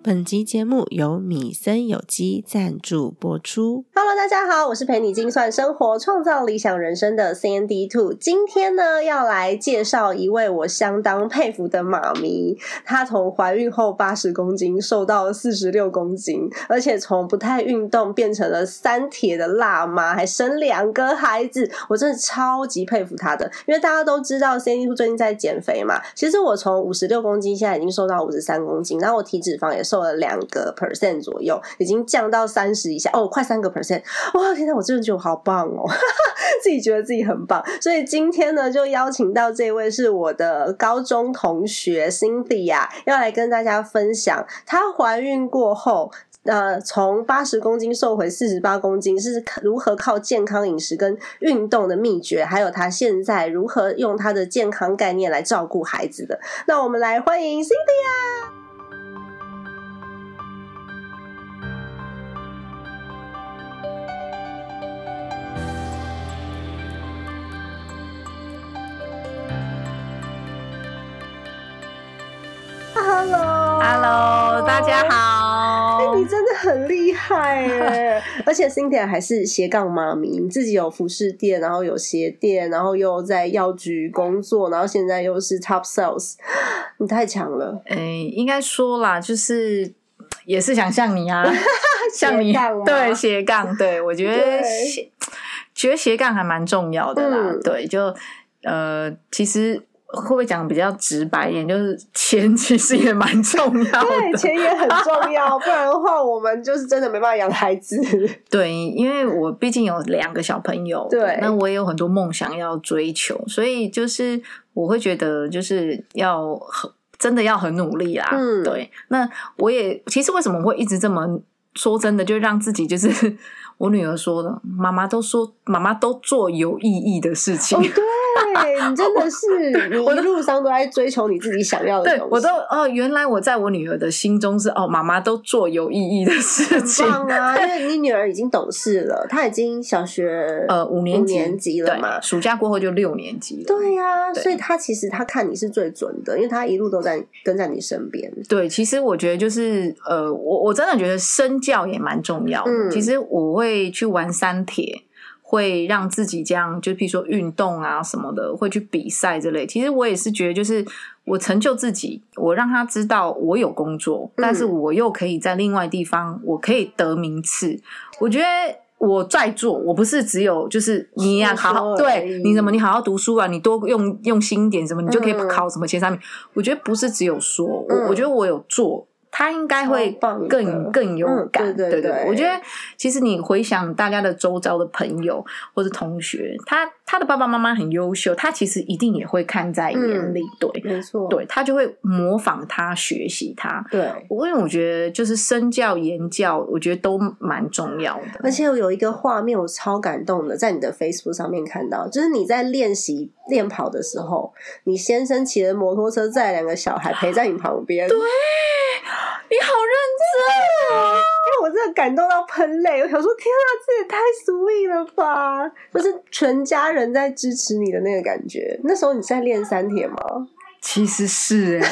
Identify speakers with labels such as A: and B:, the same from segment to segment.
A: 本集节目由米森有机赞助播出。
B: Hello，大家好，我是陪你精算生活、创造理想人生的 CND Two。今天呢，要来介绍一位我相当佩服的妈咪。她从怀孕后八十公斤瘦到四十六公斤，而且从不太运动变成了三铁的辣妈，还生两个孩子。我真的超级佩服她的，因为大家都知道 CND Two 最近在减肥嘛。其实我从五十六公斤现在已经瘦到五十三公斤，然后我体脂肪也瘦了两个 percent 左右，已经降到三十以下，哦，快三个 percent。哇，天哪！我真的觉得我好棒哦， 自己觉得自己很棒。所以今天呢，就邀请到这位是我的高中同学 Cindy 啊，要来跟大家分享她怀孕过后。呃，从八十公斤瘦回四十八公斤，是如何靠健康饮食跟运动的秘诀，还有她现在如何用她的健康概念来照顾孩子的。那我们来欢迎 Cindy 啊！Hello，
C: Hello，大 家好。
B: 你真的很厉害耶！ 而且 Cindy 还是斜杠妈咪，你自己有服饰店，然后有鞋店，然后又在药局工作，然后现在又是 Top Sales，你 太强了！
C: 哎、应该说啦，就是也是想像 你啊，像你
B: 斜杠啊
C: 对斜杠，对我觉得
B: 对
C: 斜觉得斜杠还蛮重要的啦。
B: 嗯
C: 对，就呃，其实会不会讲比较直白一点，就是钱其实也蛮重要的。
B: 对，钱也很重要，不然的话，我们就是真的没办法养孩子。
C: 对，因为我毕竟有两个小朋友，
B: 对
C: 那我也有很多梦想要追求，所以就是我会觉得就是要很真的要很努力啦。
B: 嗯
C: 对，那我也其实为什么会一直这么说真的，就让自己就是 我女儿说的，妈妈都说妈妈都做有意义的事情。
B: 哦，对，你真的 是，你一路上都在追求你自己想要的
C: 对
B: 东西，
C: 我都哦，原来我在我女儿的心中是哦，妈妈都做有意义的事情
B: 很。棒啊！因为你女儿已经懂事了，她已经小学
C: 呃，五年级
B: 五年级了
C: 对
B: 嘛
C: 暑假过后就六年级了。
B: 对呀、
C: 对
B: 所以他其实他看你是最准的，因为他一路都在跟在你身边。
C: 对，其实我觉得就是呃，我我真的觉得身教也蛮重要的。
B: 嗯
C: 其实我会去玩三铁，会让自己这样，就譬如说运动啊什么的，会去比赛之类。其实我也是觉得，就是我成就自己，我让他知道我有工作，但
B: 嗯
C: 是我又可以在另外地方，我可以得名次。我觉得。我在做，我不是只有就是你呀、
B: 说
C: 好好
B: 说而
C: 对
B: 已
C: 你怎么你好好读书啊，你多用用心一点什么，你就可以
B: 嗯
C: 考什么前三名。我觉得不是只有说，我、
B: 嗯
C: 我觉得我有做，他应该会
B: 超棒的
C: 更更有
B: 嗯
C: 感。
B: 对对
C: 对
B: 对
C: 我觉得其实你回想大家的周遭的朋友或者同学，他他的爸爸妈妈很优秀，他其实一定也会看在眼里，对
B: 嗯没错，
C: 对，他就会模仿他，学习他。
B: 对。
C: 因为我觉得就是身教言教，我觉得都蛮重要的。
B: 而且我有一个画面我超感动的，在你的 Facebook 上面看到，就是你在练习练跑的时候，你先生骑着摩托车载两个小孩陪在你旁边，对，
C: 你好认真哦。
B: 我真的啊感动到喷泪。我想说，天啊，这也太 sweet 了吧！就是全家人在支持你的那个感觉。那时候你在练三铁吗？
C: 其实是哎、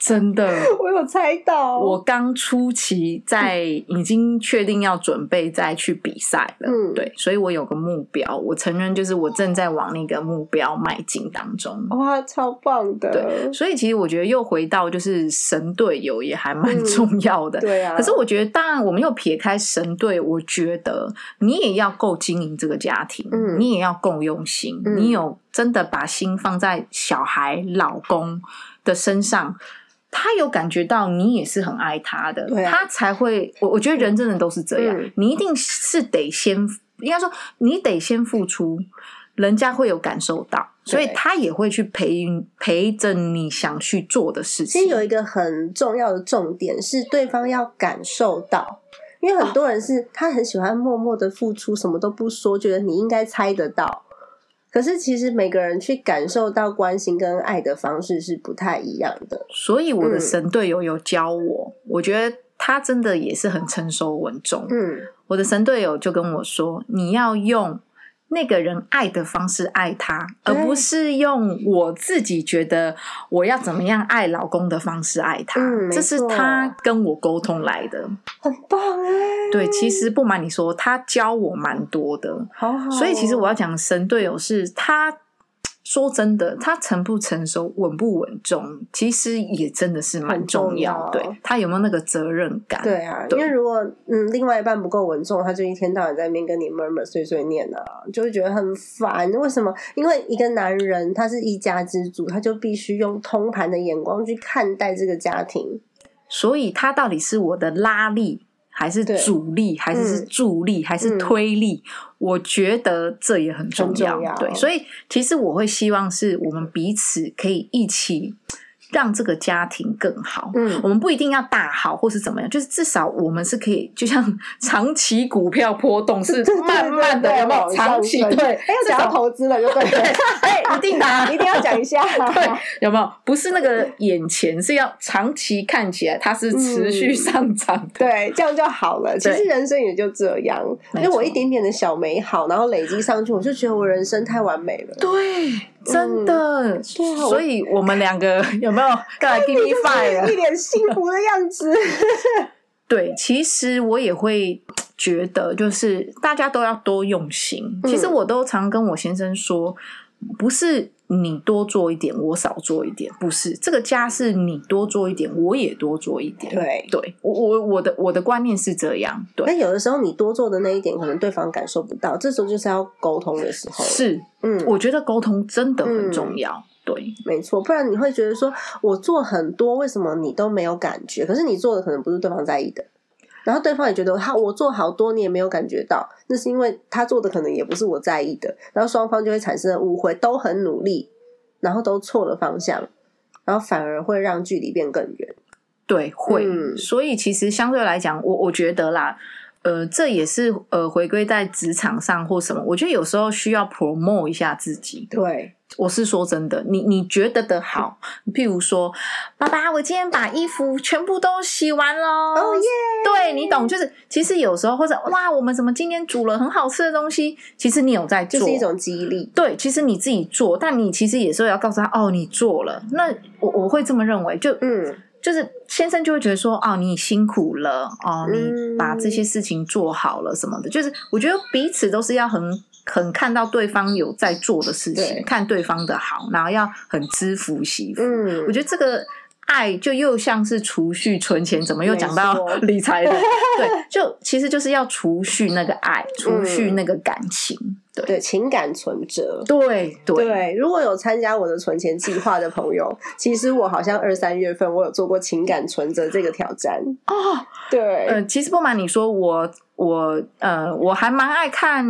C: 真的。
B: 我有猜到，
C: 我刚初期在已经确定要准备再去比赛了，
B: 嗯
C: 对，所以我有个目标，我承认就是我正在往那个目标迈进当中。
B: 哇，超棒的，
C: 对，所以其实我觉得又回到就是神队友也还蛮重要的。
B: 对啊，
C: 可是我觉得，当然，我们又撇开神队，我觉得你也要够经营这个家庭，
B: 嗯
C: 你也要够用心，
B: 嗯
C: 你有真的把心放在小孩、老公的身上，他有感觉到你也是很爱他的，
B: 对啊
C: 他才会。我我觉得人真的都是这样，
B: 嗯
C: 你一定是得先，应该说你得先付出。人家会有感受到，所以
B: 对
C: 他也会去陪陪着你想去做的事
B: 其
C: 情。
B: 实有一个很重要的重点是，对方要感受到，因
C: 哦
B: 为很多人是他很喜欢默默的付出，什么都不说，觉得你应该猜得到。可是其实每个人去感受到关心跟爱的方式是不太一样的。
C: 所以我的
B: 嗯
C: 神队友有教我，我觉得他真的也是很成熟稳重。
B: 嗯，
C: 我的神队友就跟我说，你要用那个人爱的方式爱他，而
B: 对
C: 不是用我自己觉得我要怎么样爱老公的方式爱他。
B: 嗯没
C: 这是
B: 错
C: 他跟我沟通来的。
B: 很棒
C: 欸
B: 哎、
C: 对，其实不瞒你说，他教我蛮多的。
B: 好好哦。
C: 所以其实我要讲神队友是他。说真的，他成不成熟、稳不稳重，其实也真的是蛮
B: 很重
C: 重要。
B: 要
C: 对他有没有那个责任感？
B: 对啊，
C: 对
B: 因为如果嗯另外一半不够稳重，他就一天到晚在那边跟你 murmur 碎碎念啊，就会觉得很烦。为什么？因为一个男人他是一家之主，他就必须用通盘的眼光去看待这个家庭。
C: 所以它到底是我的拉力，还是
B: 对嗯
C: 阻力，还是是助力，还是推力？我觉得这也很重要。
B: 很重要
C: 对，所以其实我会希望是我们彼此可以一起让这个家庭更好。
B: 嗯
C: 我，们不一定要大好或是怎么样，就是至少我们是可以，就像 长期股票波动是
B: 对对
C: 慢慢的，
B: 对哦
C: 有没有
B: 往
C: 长期？
B: 上升
C: 对，
B: 哎，要讲到投资了就对
C: 至少
B: 了，
C: 对，哎，一定的啊，
B: 一定要讲一下。
C: 对，有没有？不是那个眼前，是要长期看起来它是持续上涨的。
B: 对，这样就好了。其
C: 对
B: 实人生也就这样，
C: 没
B: 因为我
C: 错
B: 一点点的小美好，然后累积上去，我就觉得我人生太完美了。
C: 对，真的。
B: 对啊我
C: 所以嗯我们两个 有没有刚才 give me
B: 就是
C: five？
B: 一脸幸福的样子。
C: 对，其实我也会觉得，就是大家都要多用心。其实我都常跟我先生说，不是。你多做一点，我少做一点，不是这个家是你多做一点，我也多做一点。
B: 对，
C: 对哎我我我的我的观念是这样，对
B: 那，有的时候你多做的那一点，可能对方感受不到，这时候就是要沟通的时候。，
C: 是
B: 嗯，
C: 我觉得沟通真的很重要。对，
B: 没错，不然你会觉得说我做很多，为什么你都没有感觉？可是你做的可能不是对方在意的，然后对方也觉得他我做好多，你也没有感觉到，那是因为他做的可能也不是我在意的，然后双方就会产生了误会，都很努力，然后都错了方向，然后反而会让距离变更远。
C: 对，会。
B: 嗯
C: 所以其实相对来讲，我我觉得啦，呃，这也是呃，回归在职场上或什么，我觉得有时候需要 promote 一下自己。
B: 对，
C: 我是说真的，你你觉得的好，譬如说，爸爸，我今天把衣服全部都洗完喽。
B: 哦耶！
C: 对你懂，就是其实有时候或者哇，我们怎么今天煮了很好吃的东西，其实你有在
B: 就
C: 做，
B: 是一种激励。
C: 对，其实你自己做，但你其实也是要告诉他，哦，你做了。那我我会这么认为，就
B: 嗯，
C: 就是先生就会觉得说，哦，你辛苦了，哦，
B: 嗯
C: 你把这些事情做好了什么的。就是我觉得彼此都是要很很看到对方有在做的事
B: 对
C: 情，看对方的好，然后要很知福惜福。
B: 嗯
C: 我觉得这个爱就又像是储蓄存钱，怎么又讲到
B: 没错
C: 理财的？ 对，就其实就是要储蓄那个爱，储蓄
B: 嗯
C: 那个感情。对
B: 对情感存折。
C: 对对
B: 对，如果有参加我的存钱计划的朋友，其实我好像二三月份我有做过情感存折这个挑战。
C: 哦，
B: 对，
C: 呃，其实不瞒你说，我我呃，我还蛮爱看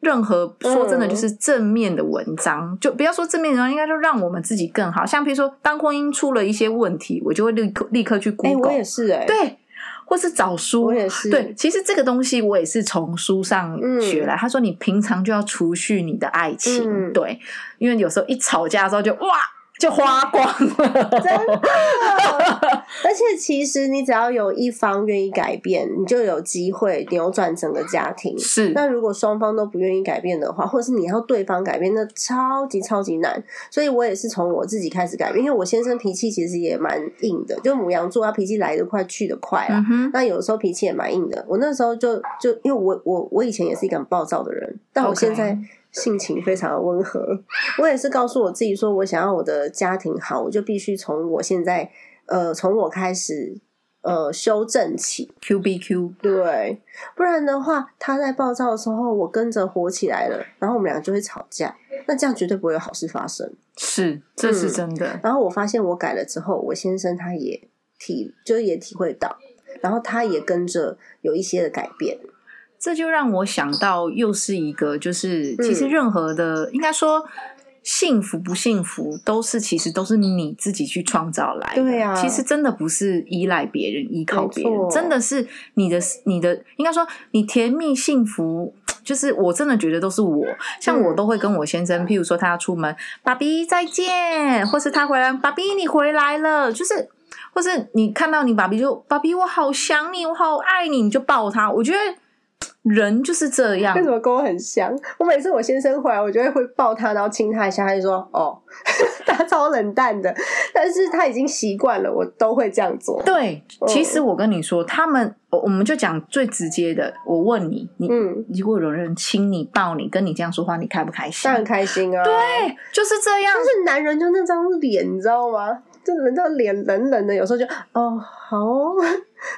C: 任何说真的
B: 嗯
C: 就是正面的文章，就不要说正面的文章，应该就让我们自己更好。像比如说，当婚姻出了一些问题，我就会立刻立刻去
B: 哎、我
C: Google，、
B: 也是哎、
C: 对，或是找书
B: 我。也是，
C: 对，其实这个东西我也是从书上学来。他说，你平常就要储蓄你的爱情，
B: 嗯
C: 对，因为有时候一吵架的时候就哇，就花 光了。
B: 真 的。而且其实你只要有一方愿意改变，你就有机会扭转整个家庭。
C: 是，
B: 那如果双方都不愿意改变的话，或者是你要对方改变，那超级超级难。所以我也是从我自己开始改变，因为我先生脾气其实也蛮硬的，就母羊座，他脾气来得快，去得快啊啦。
C: 嗯哼，
B: 那有时候脾气也蛮硬的。我那时候就就因为我我我以前也是一个很暴躁的人，但我
C: OK
B: 现在性情非常的温和。我也是告诉我自己说，我想要我的家庭好，我就必须从我现在呃从我开始呃修正起。
C: Q B Q，
B: 对，不然的话，他在暴躁的时候，我跟着火起来了，然后我们俩就会吵架。那这样绝对不会有好事发生。
C: 是，这是
B: 嗯
C: 真的。
B: 然后我发现我改了之后，我先生他也体就是也体会到，然后他也跟着有一些的改变。
C: 这就让我想到又是一个，就是
B: 嗯
C: 其实任何的，应该说幸福不幸福，都是其实都是你自己去创造来的。
B: 对啊
C: 其实真的不是依赖别人、依靠别
B: 没
C: 人，
B: 错
C: 真的是你的、你的，应该说你甜蜜幸福。就是我真的觉得都是我，像
B: 嗯
C: 我都会跟我先生，譬如说他要出门，爸比再见，或是他回来，爸比你回来了，就是，或是你看到你爸比就爸比我好想你，我好爱你，你就抱他。我觉得人就是这样
B: 为，什么跟我很像？我每次我先生回来，我就会会抱他，然后亲他一下，他就说：“哦， 他超冷淡的。”但是他已经习惯了，我都会这样做。
C: 对，
B: 嗯
C: 其实我跟你说，他们，我我们就讲最直接的。我问你，你、
B: 嗯，
C: 如果有人亲你、抱你、跟你这样说话，你开不开心
B: 当？然开心啊。对，
C: 对，就是这样
B: 但。是男人就那张脸，你知道吗？就人家脸冷冷的，有时候就哦好哦，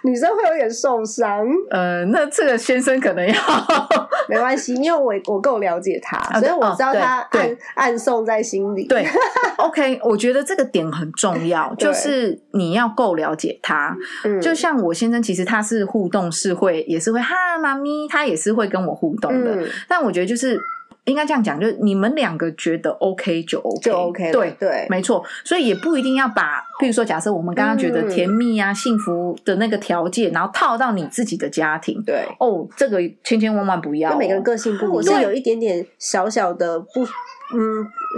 B: 女生会有点受伤，
C: 呃，那这个先生可能要
B: 没关系，因为我我够了解他，
C: 对
B: 所以我知道他
C: 哦对
B: 暗、
C: 对
B: 暗送在心里。
C: 对 OK，我觉得这个点很重要，
B: 对
C: 就是你要够了解他。
B: 嗯，
C: 就像我先生，其实他是互动，是会也是会哈妈咪，他也是会跟我互动的。
B: 嗯
C: 但我觉得就是应该这样讲，就是你们两个觉得 OK 就 OK，
B: 就 OK 了。
C: 嗯对
B: 对，
C: 没错，所以也不一定要把，譬如说，假设我们刚刚觉得
B: 嗯
C: 甜蜜啊、幸福的那个条件，然后套到你自己的家庭。
B: 对。
C: 哦，这个千千万万不要、
B: 就
C: 哦。
B: 每个人个性不
C: 我
B: 一样，
C: 对
B: 有一点点小小的不，嗯，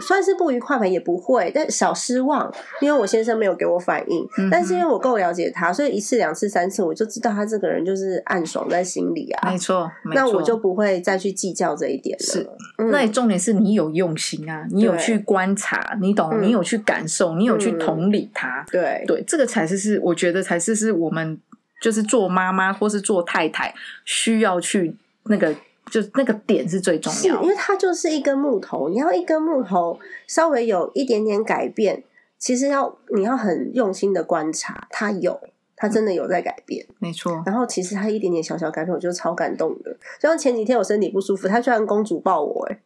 B: 算是不愉快吧，也不会，但小失望，因为我先生没有给我反应，
C: 嗯哼
B: 但是因为我够了解他，所以一次、两次、三次，我就知道他这个人就是暗爽在心里啊
C: 没，错，哎没错。
B: 那我就不嗯会再去计较这一点了。
C: 是
B: 嗯，
C: 那重点是你有用心啊，你有
B: 对
C: 去观察，你懂，
B: 嗯
C: 你有去感受，你有去
B: 嗯
C: 同理他。
B: 对
C: 对，这个才是是我觉得才是是我们就是做妈妈或是做太太需要去那个就那个点是最重
B: 是
C: 要
B: 因。为它就是一根木头，你要一根木头稍微有一点点改变，其实要你要很用心的观察，它有，它真的有在改变。
C: 没错，
B: 然后其实他一点点小小改变，我就超感动的。就像前几天我身体不舒服，他居然公主抱我、欸，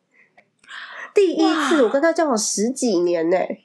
B: 第一次我跟他交往十几年呢、欸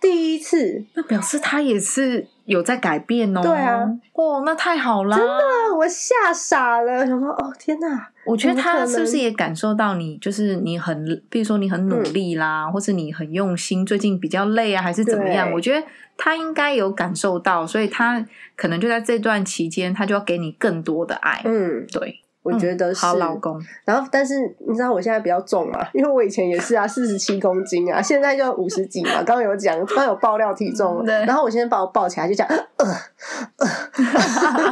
B: 第一次，
C: 那表示他也是有在改变哦。
B: 对啊，
C: 哦，那太好啦！真的，
B: 啊，我吓傻了，想说哦天哪，
C: 我觉得他是不
B: 怎么可
C: 是
B: 能嗯
C: 也感受到你，就是你很，比如说你很努力啦，或是你很用心，最近比较累啊，还是怎么样？
B: 对
C: 我觉得他应该有感受到，所以他可能就在这段期间，他就要给你更多的爱。
B: 嗯，
C: 对，
B: 我觉得
C: 嗯
B: 是。
C: 好老公，
B: 然后，但是你知道我现在比较重嘛，因为我以前也是啊，四十七公斤啊，现在就五十几嘛。刚刚有讲，刚刚有爆料体重了
C: 对
B: 然后我现在把我抱起来就讲，呃，呃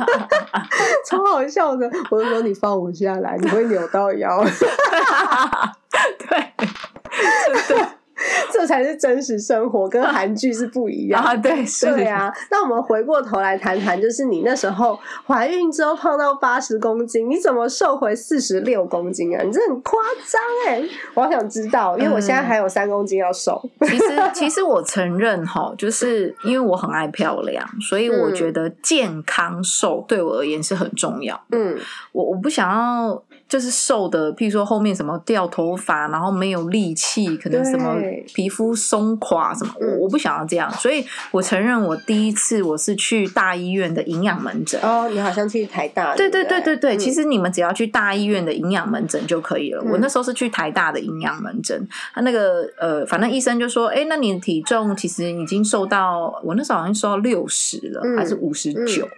B: 超好笑的。我就说你放我下来，你会扭到腰，
C: 对
B: 这才是真实生活，跟韩剧是不一样。
C: 啊，对， 是
B: 对，啊，那我们回过头来谈谈，就是你那时候怀孕之后胖到八十公斤，你怎么瘦回四十六公斤啊？你这很夸张哎！我好想知道，因为我现
C: 嗯
B: 在还有三公斤要瘦。
C: 其实，其实我承认哈， 就是因为我很爱漂亮，所以我
B: 嗯
C: 觉得健康瘦对我而言是很重要。
B: 嗯
C: 我我不想要就是瘦的，譬如说后面什么掉头发，然后没有力气，可能什么
B: 对
C: 皮肤松垮什么，
B: 嗯
C: 我我不想要这样。所以我承认，我第一次我是去大医院的营养门诊。
B: 哦，你好像去台大，
C: 对
B: 对
C: 对
B: 不
C: 对对对，
B: 嗯
C: 其实你们只要去大医院的营养门诊就可以了。
B: 嗯
C: 我那时候是去台大的营养门诊，他那个呃，反正医生就说，哎，那你的体重其实已经瘦到，我那时候好像瘦到六十了，
B: 嗯
C: 还是五十九
B: 嗯。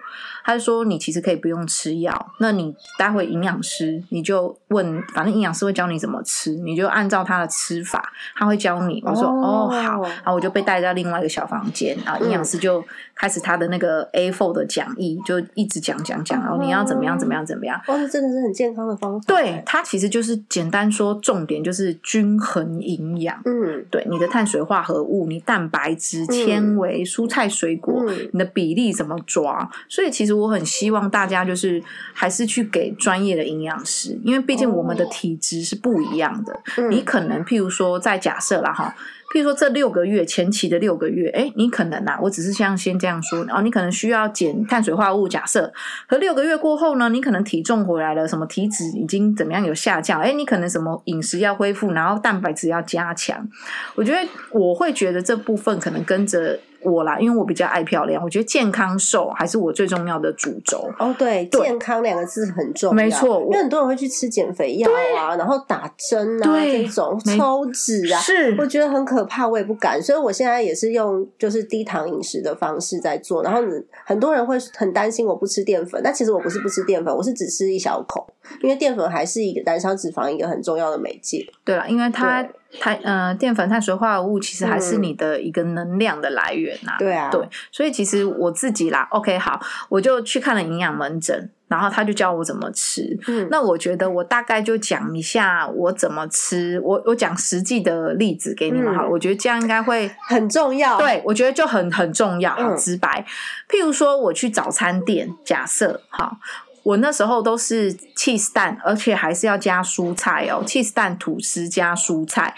C: 他就说你其实可以不用吃药，那你待会营养师你就问，反正营养师会教你怎么吃，你就按照他的吃法，他会教你。我说
B: 哦
C: 哦好，然后我就被带到另外一个小房间，然后营养师就开始他的那个 A4 的讲义，就一直讲讲讲，然后你要怎么样怎么样怎么样。
B: 哇，这真的是很健康的方法。
C: 对，，它其实就是简单说，重点就是均衡营养。
B: 嗯
C: 对你的碳水化合物、你蛋白质、纤维、蔬菜、水果，
B: 嗯
C: 你的比例怎么抓？所以其实我很希望大家就是还是去给专业的营养师，因为毕竟我们的体质是不一样的。
B: 嗯，
C: 你可能譬如说，在假设啦哈，譬如说这六个月前期的六个月，哎，你可能啊，我只是像先这样说，然后你可能需要减碳水化合物，假设，可六个月过后呢，你可能体重回来了，什么体脂已经怎么样有下降，哎，你可能什么饮食要恢复，然后蛋白质要加强。我觉得我会觉得这部分可能跟着我啦，因为我比较爱漂亮，我觉得健康瘦还是我最重要的主轴。
B: 哦，对，
C: 对
B: 健康两个字很重要，
C: 没错
B: 因为很多人会去吃减肥药啊，然后打针啊
C: 对
B: 这种
C: 没
B: 抽脂啊，
C: 是
B: 我觉得很可怕，我也不敢，所以我现在也是用就是低糖饮食的方式在做。然后你很多人会很担心我不吃淀粉，但其实我不是不吃淀粉，我是只吃一小口，因为淀粉还是一个燃烧脂肪一个很重要的媒介。
C: 对了，因为它
B: 对嗯
C: 它呃淀粉、碳水化合物其实还是你的一个能量的来源呐、
B: 对啊，
C: 对，所以其实我自己啦，OK，好，我就去看了营养门诊，然后他就教我怎么吃。
B: 嗯，
C: 那我觉得我大概就讲一下我怎么吃，我我讲实际的例子给你们好了，
B: 嗯
C: 我觉得这样应该会
B: 很重要。，
C: 对，我觉得就很很重要，
B: 哦嗯
C: 好直白。譬如说，我去早餐店，假设好，我那时候都是 cheese 蛋，而且还是要加蔬菜哦，cheese 蛋吐司加蔬菜，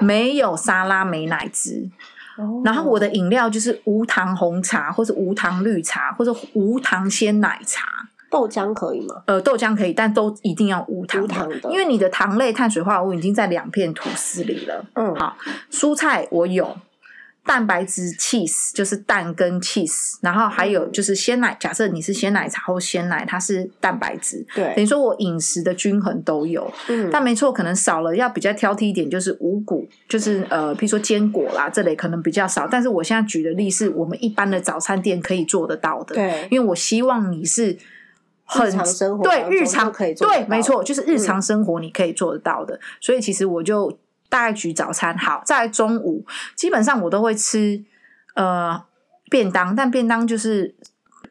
C: 没有沙拉，没奶汁。
B: 嗯
C: 然后我的饮料就是无糖红茶，或者无糖绿茶，或者无糖鲜奶茶。
B: 豆浆可以吗？
C: 呃，豆浆可以，但都一定要无糖
B: 无糖的
C: 因为你的糖类、碳水化合物已经在两片吐司里了。
B: 嗯，
C: 好蔬菜我有，蛋白质 cheese 就是蛋跟 cheese，然后还有就是鲜奶。假设你是鲜奶茶或鲜奶，它是蛋白质，等
B: 对，
C: 于说我饮食的均衡都有。
B: 嗯，
C: 但没错，可能少了要比较挑剔一点，就是五谷，就是呃，譬如说坚果啦这类可能比较少。但是我现在举的例是我们一般的早餐店可以做得到的，
B: 对，
C: 因为我希望你是很
B: 日常生活
C: 对
B: 当中
C: 日
B: 就
C: 常
B: 可以做得
C: 对，
B: 到嗯
C: 没错，就是日常生活你可以做得到的。所以其实我就大概举早餐好，再来中午基本上我都会吃呃便当，但便当就是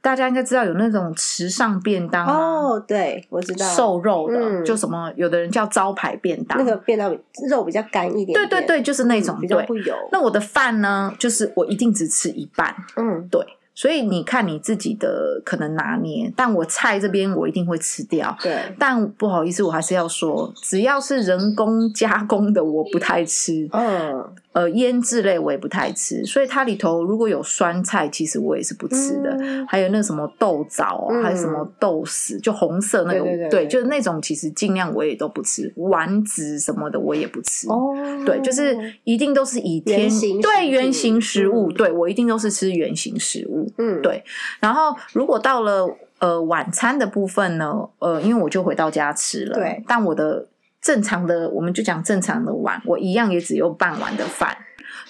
C: 大家应该知道有那种时尚便当啊
B: 哦，对，我知道，
C: 瘦肉的，
B: 嗯
C: 就什么有的人叫招牌便当，
B: 那个变到肉比较干一点
C: 对
B: 点，
C: 对对，就是那种、
B: 比较
C: 对。
B: 不油。
C: 那我的饭呢，就是我一定只吃一半，
B: 嗯，
C: 对。所以你看你自己的可能拿捏，但我菜这边我一定会吃掉，
B: 对，
C: 但不好意思，我还是要说，只要是人工加工的，我不太吃，
B: 嗯，
C: 呃，腌制类我也不太吃，所以它里头如果有酸菜，其实我也是不吃的。
B: 嗯
C: 还有那什么豆枣、啊，
B: 嗯
C: 还有什么豆豉，就红色那个，
B: 对对对对
C: 就是那种其实尽量我也都不吃，丸子什么的我也不吃。
B: 哦，
C: 对，就是一定都是以天
B: 原形食
C: 对
B: 物
C: 原形食物，
B: 嗯
C: 对我一定都是吃原形食物。
B: 嗯，
C: 对然后如果到了呃晚餐的部分呢，呃，因为我就回到家吃了，
B: 对，
C: 但我的正常的，我们就讲正常的碗，我一样也只有半碗的饭。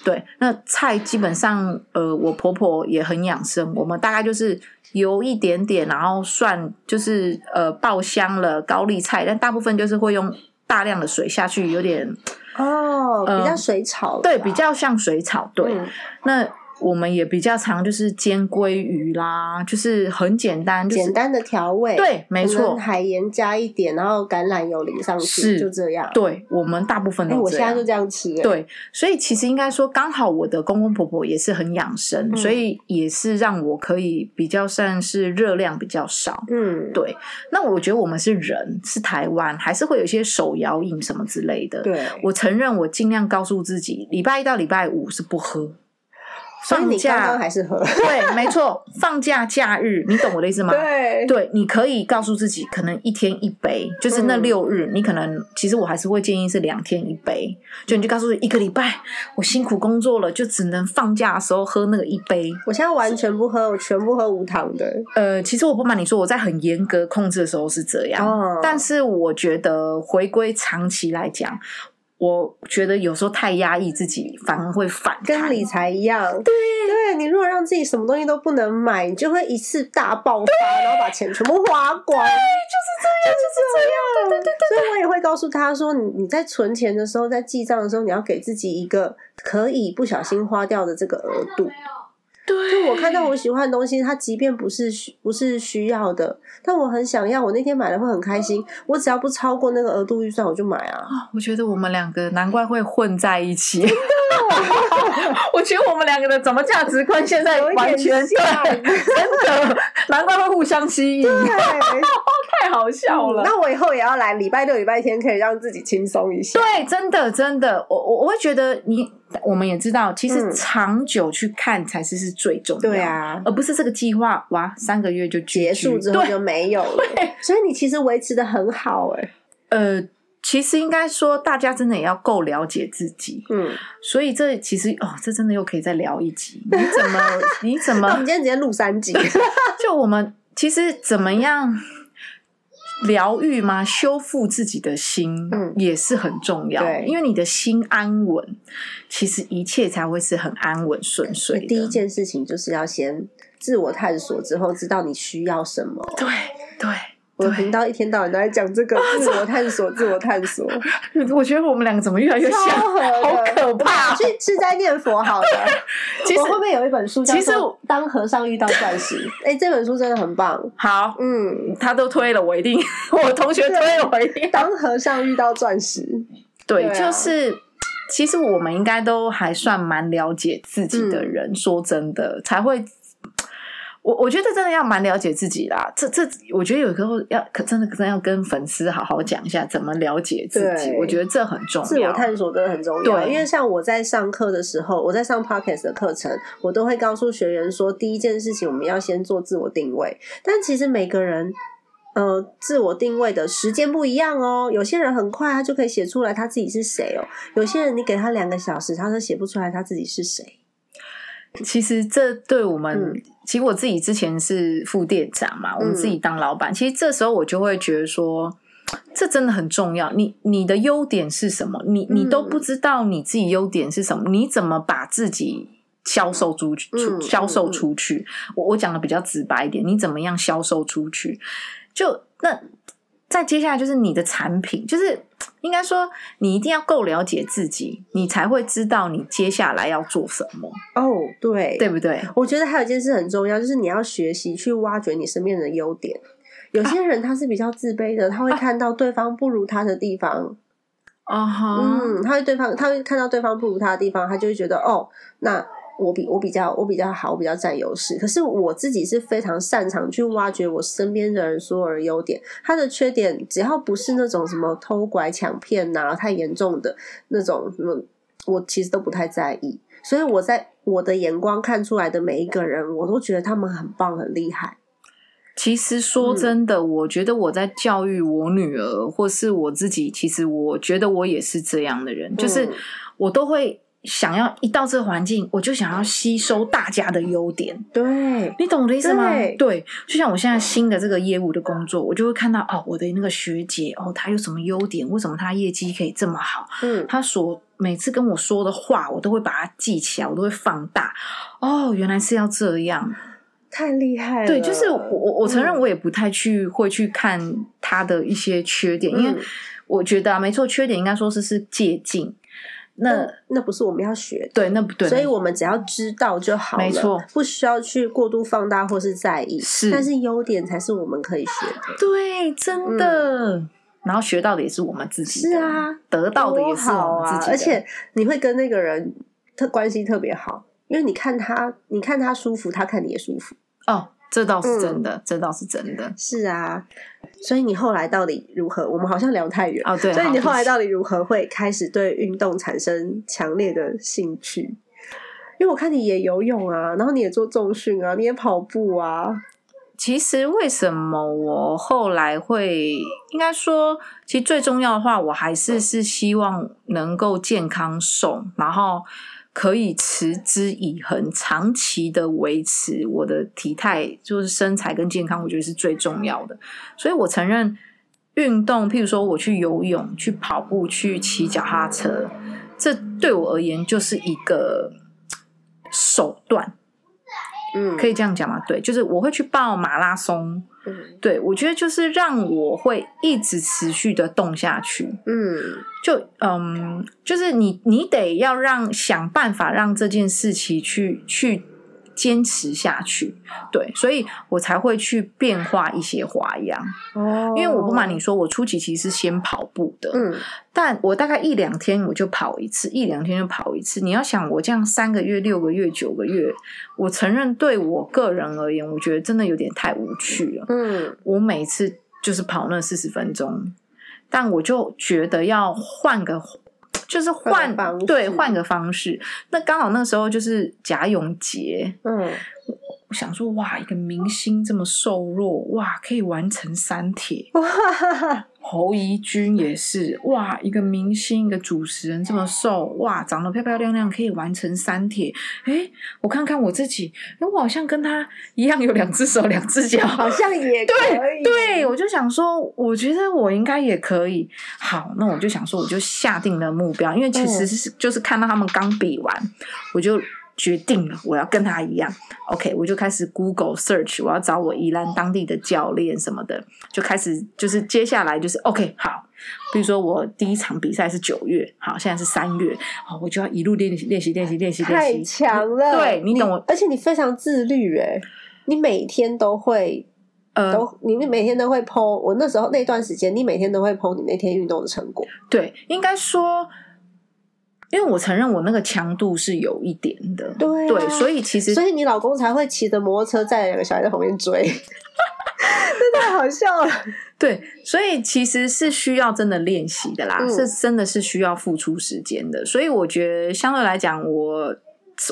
C: 对，那菜基本上，呃，我婆婆也很养生，我们大概就是油一点点，然后蒜就是呃爆香了高丽菜，但大部分就是会用大量的水下去，有点
B: 哦，
C: 嗯
B: 比较水炒的啊，
C: 对，比较像水炒。对，
B: 嗯
C: 那我们也比较常就是煎鲑鱼啦，就是很简单，就是
B: 简单的调味，，
C: 对，没错，
B: 海盐加一点，然后橄榄油淋上去，
C: 是
B: 就这样。
C: 对我们大部分
B: 哎，
C: 都
B: 我
C: 这
B: 现在
C: 样
B: 就。这样吃，哎，
C: 对，所以其实应该说，刚好我的公公婆婆也是很养生，
B: 嗯
C: 所以也是让我可以比较算是热量比较少。
B: 嗯，
C: 对，那我觉得我们是人，是台湾，还是会有一些手摇饮什么之类的。
B: 对，
C: 我承认，我尽量告诉自己，礼拜一到礼拜五是不喝。
B: 所以
C: 放
B: 你
C: 假
B: 刚刚还是喝，
C: 对，没错，放假假日，你懂我的意思吗？
B: 对，
C: 对，你可以告诉自己，可能一天一杯，就是那
B: 嗯
C: 六日，你可能其实我还是会建议是两天一杯，就你就告诉自己一个礼拜，我辛苦工作了，就只能放假的时候喝那个一杯。
B: 我现在完全不喝，我全部喝无糖的，
C: 呃，其实我不瞒你说，我在很严格控制的时候是这样，
B: 哦
C: 但是我觉得回归长期来讲，我觉得有时候太压抑自己，反而会反弹。
B: 跟理财一样，对，对你如果让自己什么东西都不能买，你就会一次大爆发，然后把钱全部花光，就是这样，就是这样，对对对所以我也会告诉他说，你你在存钱的时候，在记账的时候，你要给自己一个可以不小心花掉的这个额度。
C: 对，
B: 我看到我喜欢的东西，它即便不是需不是需要的，但我很想要，我那天买了会很开心。我只要不超过那个额度预算，我就买 啊。
C: 我觉得我们两个难怪会混在一起。 我觉得我们两个的怎么价值观现在
B: 有一点
C: 完全
B: 像
C: 对，真的难怪会互相吸引。
B: 对，
C: 太好笑了。
B: 嗯那我以后也要来礼拜六、礼拜天，可以让自己轻松一下。
C: 对，真的真的，我我我会觉得你，我们也知道，其实
B: 嗯
C: 长久去看才是是最重要，
B: 对，啊，
C: 而不是这个计划哇，三个月就
B: 结束之后
C: 对
B: 就没有了。所以你其实维持的很好哎、
C: 呃，其实应该说大家真的也要够了解自己，
B: 嗯，
C: 所以这其实哦，这真的又可以再聊一集，你怎么你 怎
B: 那我们今
C: 么
B: 天直接录三 集，
C: 就我们其实怎么样？疗愈吗？修复自己的心，
B: 嗯
C: 也是很重要。
B: 对
C: 因为你的心安稳，其实一切才会是很安稳顺
B: 所
C: 遂
B: 以
C: 的。
B: 第一件事情就是要先自我探索，之后知道你需要什么。
C: 对
B: 我
C: 对
B: 的频道一天到晚都在讲 这个自我探索，自我探索，
C: 对，嗯我觉得我们两个怎么越来越像，
B: 超合的
C: 好可怕哦！
B: 去吃斋念佛好了。
C: 其实
B: 我会不会有一本书叫做
C: 其实
B: 《当和尚遇到钻石》？哎、这本书真的很棒。
C: 好，
B: 嗯，
C: 他都推了，我一定，我同 学推了，我一定
B: 《当和尚遇到钻 石》
C: 对，
B: 对啊
C: 就是其实我们应该都还算蛮了解自己的人，
B: 嗯
C: 说真的，才会。我我觉得真的要蛮了解自己啦，这这我觉得有时候要可真的真的要跟粉丝好好讲一下怎么了解自己，
B: 对
C: 我觉得这很重
B: 自我
C: 要。
B: 探索真的很重要。
C: 对
B: 因为像我在上课的时候，我在上 podcast 的课程，我都会告诉学员说，第一件事情我们要先做自我定位。但其实每个人。呃，自我定位的时间不一样哦。有些人很快他就可以写出来他自己是谁哦，有些人你给他两个小时，他都写不出来他自己是谁。
C: 其实这对我们，
B: 嗯
C: 其实我自己之前是副店长嘛，我们自己当老板，其实这时候我就会觉得说，这真的很重要。你你的优点是什么？你你都
B: 嗯
C: 不知道你自己优点是什么，你怎么把自己？销售出去，出
B: 嗯
C: 销售出去。我我讲的比较直白一点，你怎么样销售出去？就那再接下来就是你的产品，就是应该说你一定要够了解自己，你才会知道你接下来要做什么，
B: 哦，对
C: 对不对？
B: 我觉得还有一件事很重要，就是你要学习去挖掘你身边人的优点。有些人他是比较自卑的，他会看到对方不如他的地方，
C: 哦哈，
B: 嗯，他会对方，他会看到对方不如他的地方，他就会觉得哦，那我比我比较我比较好，我比较占优势。可是我自己是非常擅长去挖掘我身边的人所有的优点，他的缺点只要不是那种什么偷拐抢骗呐、太严重的那种什么，我其实都不太在意。所以我在我的眼光看出来的每一个人，我都觉得他们很棒，很厉害。
C: 其实
B: 嗯
C: 说真的，我觉得我在教育我女儿，或是我自己，其实我觉得我也是这样的人，就是
B: 嗯
C: 我都会想要一到这个环境，我就想要吸收大家的优点。
B: 对，
C: 你懂我的意思吗？
B: 对
C: 对，就像我现在新的这个业务的工作，我就会看到哦，我的那个学姐哦，她有什么优点？为什么她业绩可以这么好？
B: 嗯，
C: 他所每次跟我说的话，我都会把它记起来，我都会放大。哦，原来是要这样。
B: 太厉害了。
C: 对，就是我我我承认，
B: 嗯
C: 我也不太去会去看他的一些缺点，因为
B: 嗯
C: 我觉得啊，没错，缺点应该说是是借镜。那、
B: 那那不是我们要学的。
C: 对，那不对，
B: 所以我们只要知道就好了，
C: 没错
B: 不需要去过度放大或是在意。
C: 是
B: 但是优点才是我们可以学的。
C: 对，真的。然后学到的也是我们自己
B: 嗯
C: 的，
B: 是啊，
C: 得到的也
B: 多
C: 是
B: 好
C: 我们
B: 啊！
C: 自己的，
B: 而且你会跟那个人特关系特别好，因为你看他，你看他舒服，他看你也舒服。
C: 哦，这倒
B: 嗯
C: 是真的，这倒是真的。
B: 是啊，所以你后来到底如何？我们好像聊太远。
C: 哦，对，
B: 所以
C: 好
B: 你后来
C: 对不起
B: 到底如何会开始对运动产生强烈的兴趣？因为我看你也游泳啊，然后你也做重训啊，你也跑步啊，
C: 其实为什么我后来会，应该说，其实最重要的话，我还是是希望能够健康瘦，然后可以持之以恒，长期的维持我的体态，就是身材跟健康，我觉得是最重要的。所以我承认，运动，譬如说我去游泳、去跑步、去骑脚踏车，这对我而言就是一个嘖手段，
B: 嗯，
C: 可
B: 以，
C: 以这样讲吗？对，就是我会去报马拉松。
B: 嗯
C: 对，我觉得就是让我会一直持续的动下去。
B: 嗯。
C: 就嗯，就是你你得要让想办法让这件事情去去坚持下去。对，所以我才会去变化一些花样。
B: 哦，
C: 因为我不瞒你，说，我初期其实是先跑步的，
B: 嗯，
C: 但我大概一两天我就跑一次，一两天就跑一次。你要想我这样三个月、六个月、九个月，我承认对我个人而言，我觉得真的有点太无趣了。
B: 嗯
C: 我每次就是跑那四十分钟，但我就觉得要换个，就是
B: 换
C: 换
B: 个方式
C: 对换个方式。那刚好那时候就是贾永杰，
B: 嗯，
C: 我想说哇，一个明星这么瘦弱，哇，可以完成三铁，
B: 哇，
C: 侯怡君也是，哇，一个明星，一个主持人这么瘦，哇，长得漂漂亮亮，可以完成三铁。诶，我看看我自己，诶我好像跟他一样有两只手、两只脚。
B: 好像也可以，
C: 对对，我就想说，我觉得我应该也可以。好，那我就想说，我就下定了目标，因为其
B: 嗯
C: 实是、就是看到他们刚比完，我就决定了我要跟他一样。OK，我就开始 Google search，我要找我宜兰当地的教练什么的，就开始就是接下来就是 OK 好。比如说，我第一场比赛是九月，好，现在是三月，好，我就要一路练习，练习，练习，练习，
B: 太
C: 练习。
B: 强了，
C: 对你懂我
B: 而且你非常自律哎、你每天都会
C: 呃，
B: 都，你每天都会 PO。我那时候那段时间，你每天都会 PO 你那天运动的成果，
C: 对，应该说，因为我承认我那个强度是有一点的，
B: 对啊
C: 所以其实
B: 所以你老公才会骑着摩托车载两个小孩在旁边 追， 这太好笑啊了。
C: 对，所以其实是需要真的练习的啦，
B: 嗯
C: 是真的是需要付出时间的。所以我觉得相对来讲，我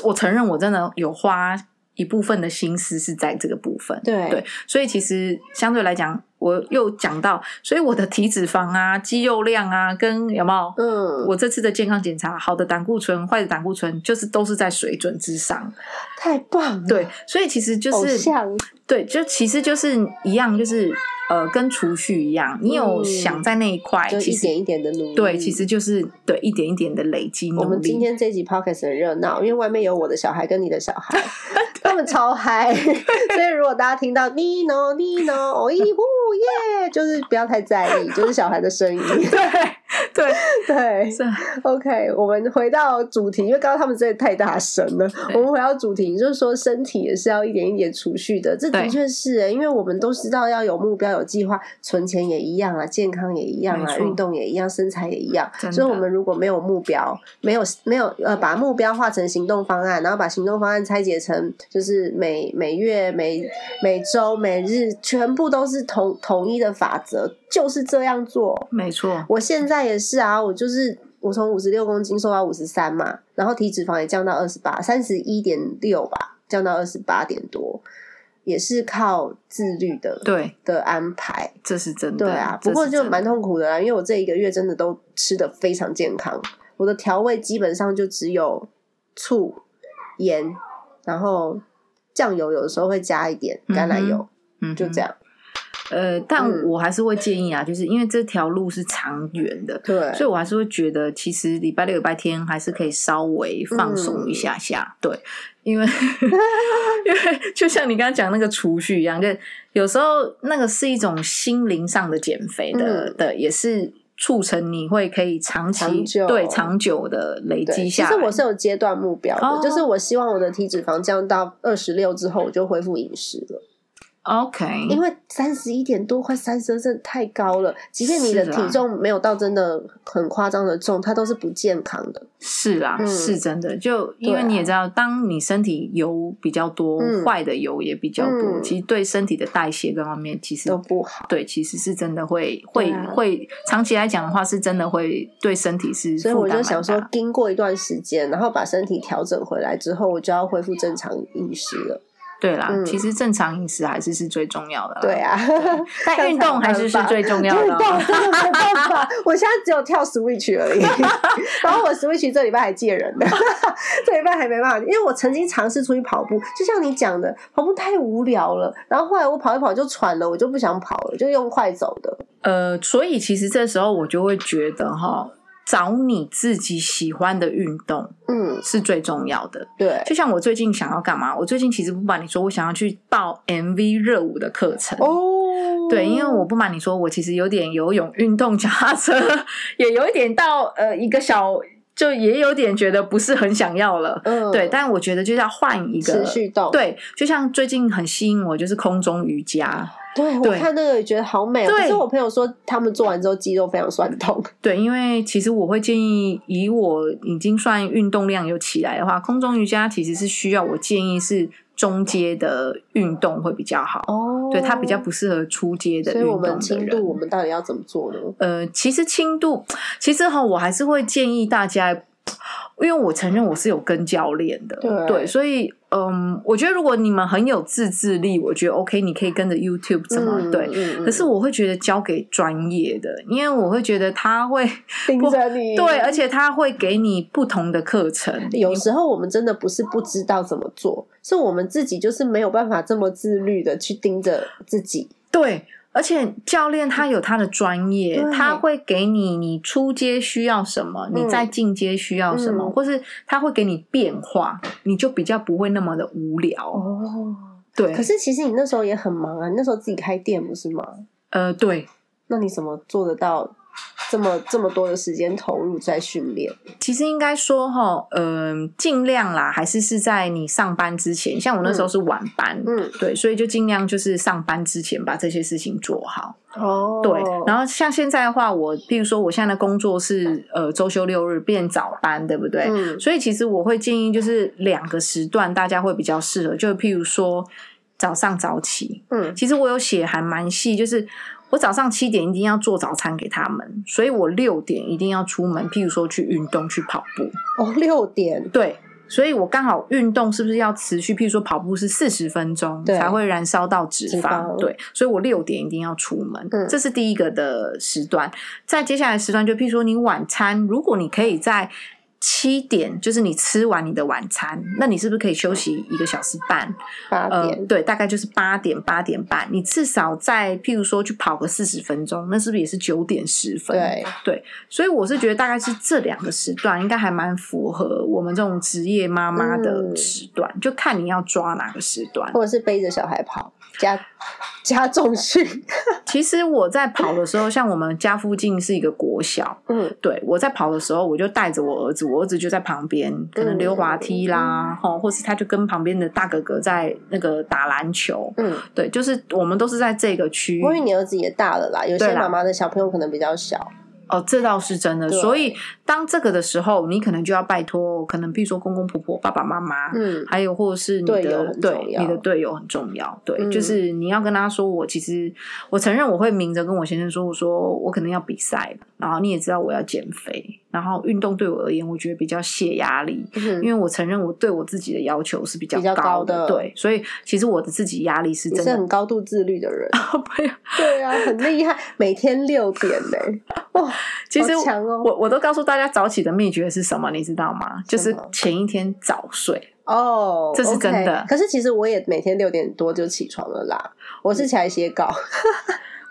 C: 我承认我真的有花一部分的心思是在这个部分，
B: 对
C: 对，所以其实相对来讲，我又讲到，所以我的体脂肪啊、肌肉量啊，跟有没有？
B: 嗯，
C: 我这次的健康检查，好的胆固醇、坏的胆固醇，就是都是在水准之上。
B: 太棒了，
C: 对，所以其实就
B: 嗯偶
C: 是
B: 像，
C: 对，就其实就是一样，就是呃，跟储蓄一样，你有
B: 嗯
C: 想在那一块，
B: 就
C: 其
B: 一
C: 实
B: 点一点的努力。
C: 对，其实就是对一点一点的累积
B: 我
C: 努
B: 们今
C: 力。
B: 天这集 podcast 很热闹，因为外面有我的小孩跟你的小 孩，他们超嗨。所以如果大家听到 Nino Nino 哦咦呼耶，就是不要太在意，就是小孩的声音。
C: 对 对，
B: 对
C: 是啊
B: ，OK，我们回到主题，因为刚刚他们真的太大声了。
C: 对
B: 我们回到主题，就是说身体也是要一点一点储蓄的，这的
C: 对
B: 确是、欸因为我们都知道要有目标、有计划，存钱也一样啊，健康也一样
C: 没
B: 啊，
C: 错
B: 运动也一样，身材也一样。
C: 真的
B: 所以，我们如果没有目标，没有没有呃，把目标化成行动方案，然后把行动方案拆解成就是每每月、每每周、每日，全部都是同统一的法则，就是这样做。
C: 没错，
B: 我现在也是啊，我就是我从五十六公斤瘦到五十三嘛，然后体脂肪也降到二十八，三十一点六吧，降到二十八点多，也是靠自律的
C: 对，
B: 的安排。
C: 这是真的。
B: 对啊，
C: 这
B: 不过
C: 是
B: 就
C: 真
B: 蛮痛苦的啦，因为我这一个月真的都吃的非常健康，我的调味基本上就只有醋、盐，然后酱油有的时候会加一点橄榄油，
C: 嗯哼
B: 就这样。
C: 呃，但
B: 嗯
C: 我还是会建议啊，就是因为这条路是长远的，
B: 对，
C: 所以我还是会觉得，其实礼拜六、礼拜天还是可以稍微放松一下
B: 嗯
C: 下，对，因为 因为就像你刚刚讲那个储蓄一样，就有时候那个是一种心灵上的减肥的、
B: 嗯
C: 的，也是促成你会可以长期
B: 长久
C: 对长久的累
B: 对，
C: 积
B: 其
C: 下
B: 实
C: 来。
B: 我是有阶段目标的，
C: 哦
B: 就是我希望我的体脂肪降到二十六之后，我就恢复饮食了。
C: OK，
B: 因为三十一点多，快三十真的太高了。即便你的
C: 是啊
B: 体重没有到真的很夸张的重，它都是不健康的。
C: 是啦，
B: 嗯
C: 是真的。就因
B: 对
C: 为
B: 啊
C: 你也知道，当你身体油比较多，
B: 嗯
C: 坏的油也比较多，
B: 嗯
C: 其实对身体的代谢各方面其实
B: 都不好。
C: 对，其实是真的会会、
B: 对啊
C: 会长期来讲的话，是真的会对身体是
B: 所以
C: 负
B: 我就
C: 担蛮
B: 想说
C: 大，
B: 经过一段时间，然后把身体调整回来之后，我就要恢复正常饮食了。
C: 对啦，
B: 嗯
C: 其实正常饮食还是是最重要的啦。
B: 对啊，
C: 但运动还是是最重要的
B: 运动
C: 哦。
B: 真的没办法，我现在只有跳 Switch 而已。然后我 Switch 这礼拜还借人的， 这礼拜还没办法，因为我曾经尝试出去跑步，就像你讲的，跑步太无聊了。然后后来我跑一跑就喘了，我就不想跑了，就用快走的。
C: 呃，所以其实这时候我就会觉得哈，找你自己喜欢的运动
B: 嗯，
C: 是最重要的。
B: 对。
C: 就像我最近想要干嘛，我最近其实不瞒你说，我想要去报 MV 热舞的课程。
B: 哦
C: 对，因为我不瞒你说，我其实有点游泳、运动、 脚踏车，也有一点到呃一个小，就也有点觉得不是很想要了。
B: 嗯
C: 对，但我觉得就是要换一个
B: 持续动
C: 对，就像最近很吸引我就是空中瑜伽。
B: 对，我
C: 对
B: 看那个也觉得好美哦。
C: 对
B: 可是我朋友说他们做完之后肌肉非常酸痛。
C: 对，因为其实我会建议，以我已经算运动量有起来的话，空中瑜伽其实是需要我建议是中阶的运动会比较好。
B: 哦
C: 对，它比较不适合初阶的
B: 所
C: 运
B: 以我
C: 动
B: 们
C: 的
B: 轻
C: 人
B: 度，。我们到底要怎么做呢？
C: 呃，其实轻度，其实哈，我还是会建议大家，因为我承认我是有跟教练的，
B: 对
C: 所以嗯，我觉得如果你们很有自制力，我觉得 OK，你可以跟着 YouTube 怎么、
B: 嗯
C: 对。
B: 嗯嗯
C: 可是我会觉得交给专业的，因为我会觉得他会
B: 盯
C: 不
B: 着你，
C: 对，而且他会给你不同的课程。
B: 有时候我们真的不是不知道怎么做，是我们自己就是没有办法这么自律的去盯着自己。
C: 对，而且教练他有他的专业
B: 嗯对，
C: 他会给你你初阶需要什么，
B: 嗯
C: 你在进阶需要什么，
B: 嗯
C: 或是他会给你变化，你就比较不会那么的无聊。
B: 哦，
C: 对，
B: 可是其实你那时候也很忙啊，你那时候自己开店不是吗？
C: 呃，对，
B: 那你怎么做得到这么这么多的时间投入在训练？
C: 其实应该说哈，嗯、尽量啦，还是是在你上班之前，像我那时候是晚班。
B: 嗯，
C: 对，所以就尽量就是上班之前把这些事情做好。
B: 哦
C: 对，然后像现在的话，我譬如说我现在的工作是呃周休六日变早班，对不对？
B: 嗯
C: 所以其实我会建议，就是两个时段大家会比较适合，就譬如说早上早起。
B: 嗯
C: 其实我有写还蛮细，就是我早上七点一定要做早餐给他们，所以我六点一定要出门，譬如说去运动、去跑步。
B: 哦六点，
C: 对，所以我刚好运动是不是要持续？譬如说跑步是四十分钟
B: 对
C: 才会燃烧到脂
B: 脂肪
C: 肪，对，所以我六点一定要出门，
B: 嗯
C: 这是第一个的时段。再接下来时段就譬如说你晚餐，如果你可以在七点，就是你吃完你的晚餐，那你是不是可以休息一个小时半？
B: 八
C: 呃
B: 点，，
C: 对，大概就是八点八点半，你至少在譬如说去跑个四十分钟，那是不是也是九点十分？
B: 对，
C: 所以我是觉得大概是这两个时段，应该还蛮符合我们这种职业妈妈的时段，就看你要抓哪个时段。
B: 或者是背着小孩跑加加重训，
C: 其实我在跑的时候，像我们家附近是一个国小，
B: 嗯
C: 对我在跑的时候，我就带着我儿子，我儿子就在旁边，可能溜滑梯啦，吼、或是他就跟旁边的大哥哥在那个打篮球。
B: 嗯。
C: 对，就是我们都是在这个区域。
B: 因为你儿子也大了啦，有些
C: 对啦
B: 妈妈的小朋友可能比较小，
C: 哦，这倒是真的。
B: 对
C: 所以当这个的时候，你可能就要拜托，可能比如说公公婆婆、爸爸妈妈，
B: 嗯，
C: 还有或者是你
B: 队友
C: 的
B: 很
C: 对
B: 重要
C: 你的队友很重要，对，
B: 嗯
C: 就是你要跟他说，我其实我承认我会明着跟我先生说，我说我可能要比赛，然后你也知道我要减肥，然后运动对我而言，我觉得比较泄压力。
B: 因
C: 因为我承认我对我自己的要求是比较
B: 比较高
C: 的，
B: 的
C: 对，所以其实我的自己压力是
B: 你
C: 真
B: 是
C: 的
B: 很高度自律的 人，
C: 不要
B: 对啊，很厉害， 每天六点呢、哇，
C: 其实
B: 好强哦
C: 我我都告诉大家早起的秘诀是什么，你知道吗？就
B: 什
C: 是
B: 么
C: 前一天早睡。
B: 哦，
C: 这是
B: OK
C: 真的
B: 可是其实我也每天六点多就起床了啦，我是起来写稿，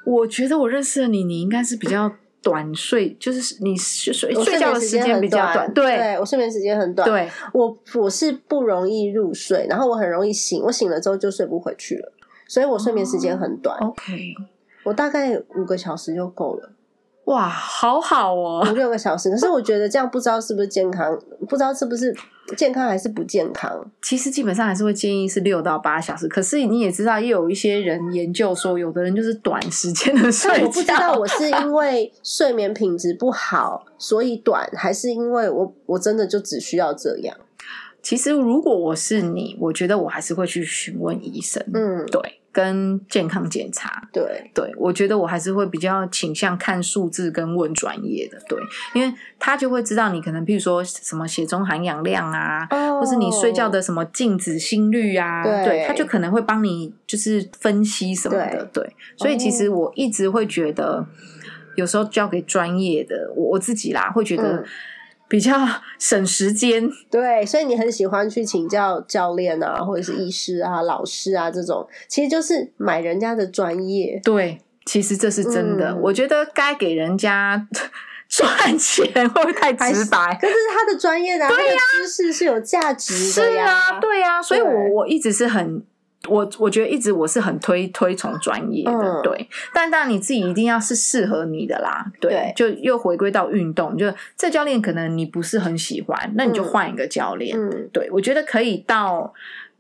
C: 我觉得我认识的你，你应该是比较短睡，就是你睡睡
B: 我
C: 嗯睡觉的
B: 时
C: 时间
B: 很
C: 比较短，对
B: 我睡眠时间很短，，
C: 对，
B: 我我是不容易入睡，然后我很容易醒，我醒了之后就睡不回去了，所以我睡眠时间很
C: 哦
B: 短，
C: ，OK，
B: 我大概五个小时就够了。
C: 哇，好好
B: 五
C: 哦，
B: 六个小时，可是我觉得这样不知道是不是健康，不知道是不是健康还是不健康。
C: 其实基本上还是会建议是六到八小时，可是你也知道，也有一些人研究说，有的人就是短时间的睡
B: 但
C: 觉，
B: 我不知道我是因为睡眠品质不好，所以短，还是因为我我真的就只需要这样。
C: 其实如果我是你，我觉得我还是会去询问医生，
B: 嗯，
C: 对，跟健康检查，
B: 对，
C: 对，我觉得我还是会比较倾向看数字跟问专业的，对，因为他就会知道你可能，譬如说什么血中含氧量啊，
B: 哦
C: 或是你睡觉的什么静止心率啊，
B: 对
C: 他就可能会帮你就是分析什么的，对，所以其
B: 哦
C: 实我一直会觉得，有时候交给专业的，我我自己啦会觉
B: 嗯
C: 得比较省时间，
B: 对，所以你很喜欢去请教教练啊，或者是医师啊、老师啊这种，其实就是买人家的专业。
C: 对，其实这是真的，
B: 嗯
C: 我觉得该给人家 赚钱会不会太
B: 还是
C: 直白？
B: 可是他的专业的、啊，他的知识是有价值的
C: 是
B: 呀。
C: 啊，对啊，所以我
B: 对
C: 我一直是很。我我觉得一直我是很推推崇专业的，
B: 嗯
C: 对，但当然你自己一定要是适合你的啦，
B: 对
C: 对，就又回归到运动，就这教练可能你不是很喜欢，那你就
B: 嗯
C: 换一个教练，
B: 嗯，
C: 对我觉得可以到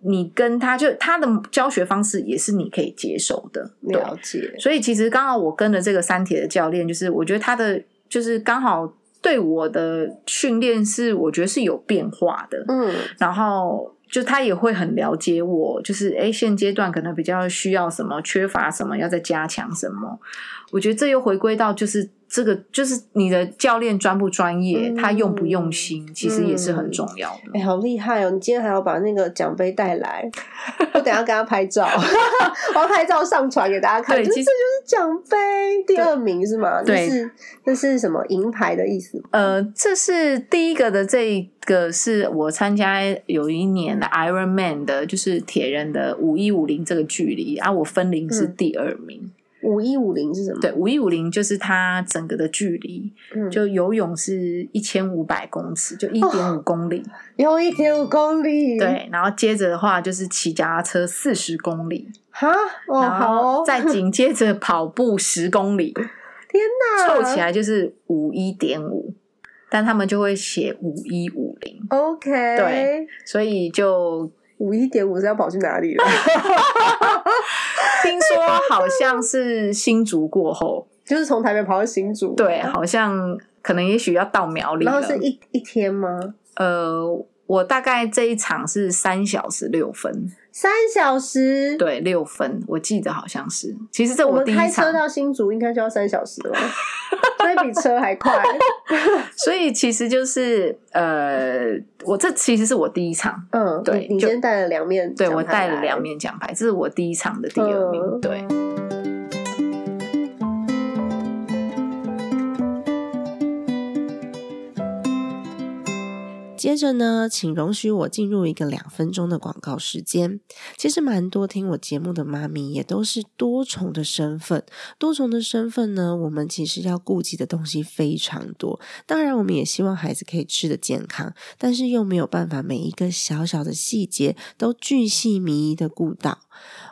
C: 你跟他就他的教学方式也是你可以接受的，对，
B: 了解。
C: 所以其实刚好我跟了这个三铁的教练，就是我觉得他的就是刚好对我的训练是我觉得是有变化的，
B: 嗯，
C: 然后就他也会很了解我，就是诶，现阶段可能比较需要什么，缺乏什么，要再加强什么。我觉得这又回归到就是这个，就是你的教练专不专业，
D: 嗯
C: 他用不用心，其实也是很重要的。
D: 哎、好厉害哦！你今天还要把那个奖杯带来， 我等一下跟他拍照，我要拍照上传给大家看。
C: 对
D: 就是
C: 其
D: 这
C: 实
D: 就是奖杯第二名是吗？
C: 对
D: 这是这是什么银牌的意思吗？
C: 呃，这是第一个的，这一个是我参加有一年的 Iron Man 的，就是铁人的五一五零这个距离啊，我分龄是
D: 嗯
C: 第二名。
D: 五一五零是什么？
C: 对，五一五零就是它整个的距离，
D: 嗯，
C: 就游泳是一千五百公尺，就一点
D: 哦
C: 五公里。
D: 有一点五公里。，
C: 对，然后接着的话就是骑脚踏车四十公里，
D: 哈，哦，
C: 然
D: 好
C: 后
D: 哦，
C: 再紧接着跑步十公 里，
D: 天哪，
C: 凑起。来就是五一点五，但他们就会写五一五零，
D: OK，
C: 对，所以就
D: 五一点五是要跑去哪里 了？
C: 听说好像是新竹过后，
D: 就是从台北跑到新竹。
C: 对，好像可能也许要到苗栗
D: 然
C: 了
D: 后。是一一天吗？
C: 呃，我大概这一场是三小时六分，
D: 三小时。，
C: 对，六分，我记得好像是。其实这
D: 我们
C: 第一
D: 开
C: 场
D: 车，到新竹应该就要三小时了，所以比车还 快。
C: 所以其实就是呃，我这其实是我第一场。
D: 嗯，
C: 对
D: 你你
C: 就
D: 今天带了两面，
C: 对，我带了两。面奖牌，这是我第一场的第二名。
D: 嗯
C: 对，
B: 接着呢，请容许我进入一个两分钟的广告时间。其实蛮多听我节目的妈咪也都是多重的身份，多重的身份呢，我们其实要顾及的东西非常多。当然，我们也希望孩子可以吃得健康，但是又没有办法每一个小小的细节都巨细靡遗的顾到。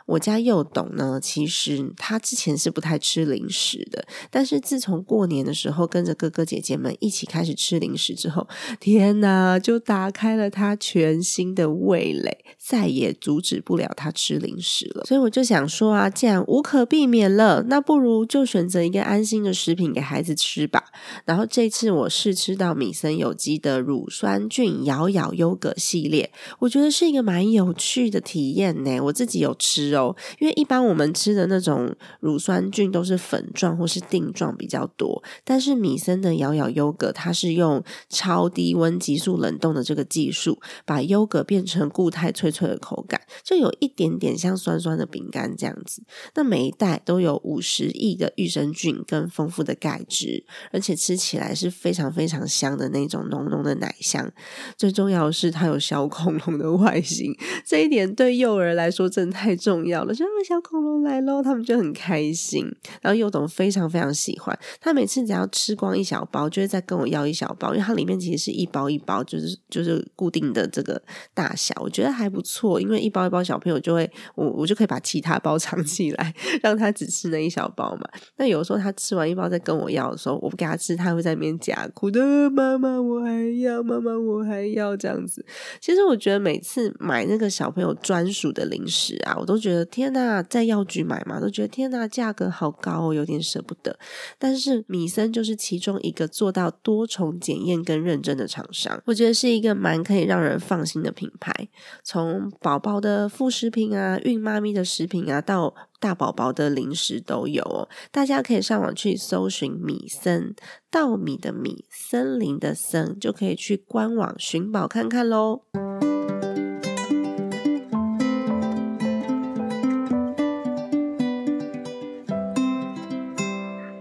B: 我家幼董呢，其实他之前是不太吃零食的，但是自从过年的时候跟着哥哥姐姐们一起开始吃零食之后，天呐，就打开了他全新的味蕾，再也阻止不了他吃零食了。所以我就想说啊，既然无可避免了，那不如就选择一个安心的食品给孩子吃吧。然后这次我试吃到米森有机的乳酸菌咬咬优格系列，我觉得是一个蛮有趣的体验呢。我自己有吃哦，因为一般我们吃的那种乳酸菌都是粉状或是定状比较多，但是米森的摇摇优格，它是用超低温急速冷冻的这个技术，把优格变成固态脆脆的口感，就有一点点像酸酸的饼干这样子。那每一袋都有五十亿的益生菌跟丰富的钙质，而且吃起来是非常非常香的那种浓浓的奶香。最重要的是，它有小恐龙的外形，这一点对幼儿来说真的太重要了。就啊，小恐龙来喽，他们就很开心。然后幼董非常非常喜欢，他每次只要吃光一小包，就会再跟我要一小包，因为它里面其实是一包一包，就是就是固定的这个大小，我觉得还不错。因为一包一包小朋友就会，我我就可以把其他包 藏起来，让他只吃那一小包嘛。那有时候他吃完一包再跟我要的时候，我不给他吃，他会在那边假哭的、呃妈妈我还要，妈妈我还要这样子。其实我觉得每次买那个小朋友专属的零食啊，我都觉得天呐，在药局买嘛，都觉得天呐，价格好高哦，有点舍不得。但是米森就是其中一个做到多重检验跟认证的厂商，我觉得是一个蛮可以让人放心的品牌。从宝宝的副食品啊、孕妈咪的食品啊，到大宝宝的零食都有哦。大家可以上网去搜寻米森，稻米的米，森林的森，就可以去官网寻宝看看喽。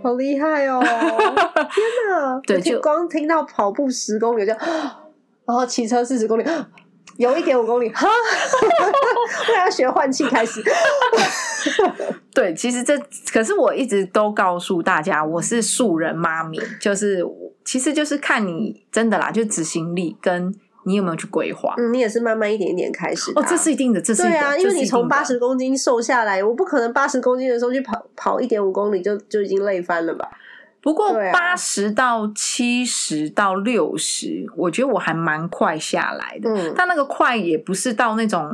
D: 好厉害哦！天哪，
C: 对
D: 而且
C: 就
D: 光听到跑步十公里就，然后骑车四十公里，游一点五公里， 哈，为了学换气开始，
C: 对，其实这可是我一直都告诉大家，我是素人妈咪，就是其实就是看你真的啦，就执行力跟你有没有去规划。
D: 嗯，你也是慢慢一点一点开始的
C: 哦
D: 啊、，
C: 这是一定的，这是一定
D: 对
C: 的
D: 啊，
C: 这
D: 因为
C: 是
D: 你
C: 一定
D: 从
C: 的
D: 八十公斤瘦下来，我不可能八十公斤的时候去跑跑一点五公里就就已经累翻了吧？
C: 不过
D: 对啊
C: 八十到七十到六十，我觉得我还蛮快下来的。
D: 嗯，
C: 但那个快也不是到那种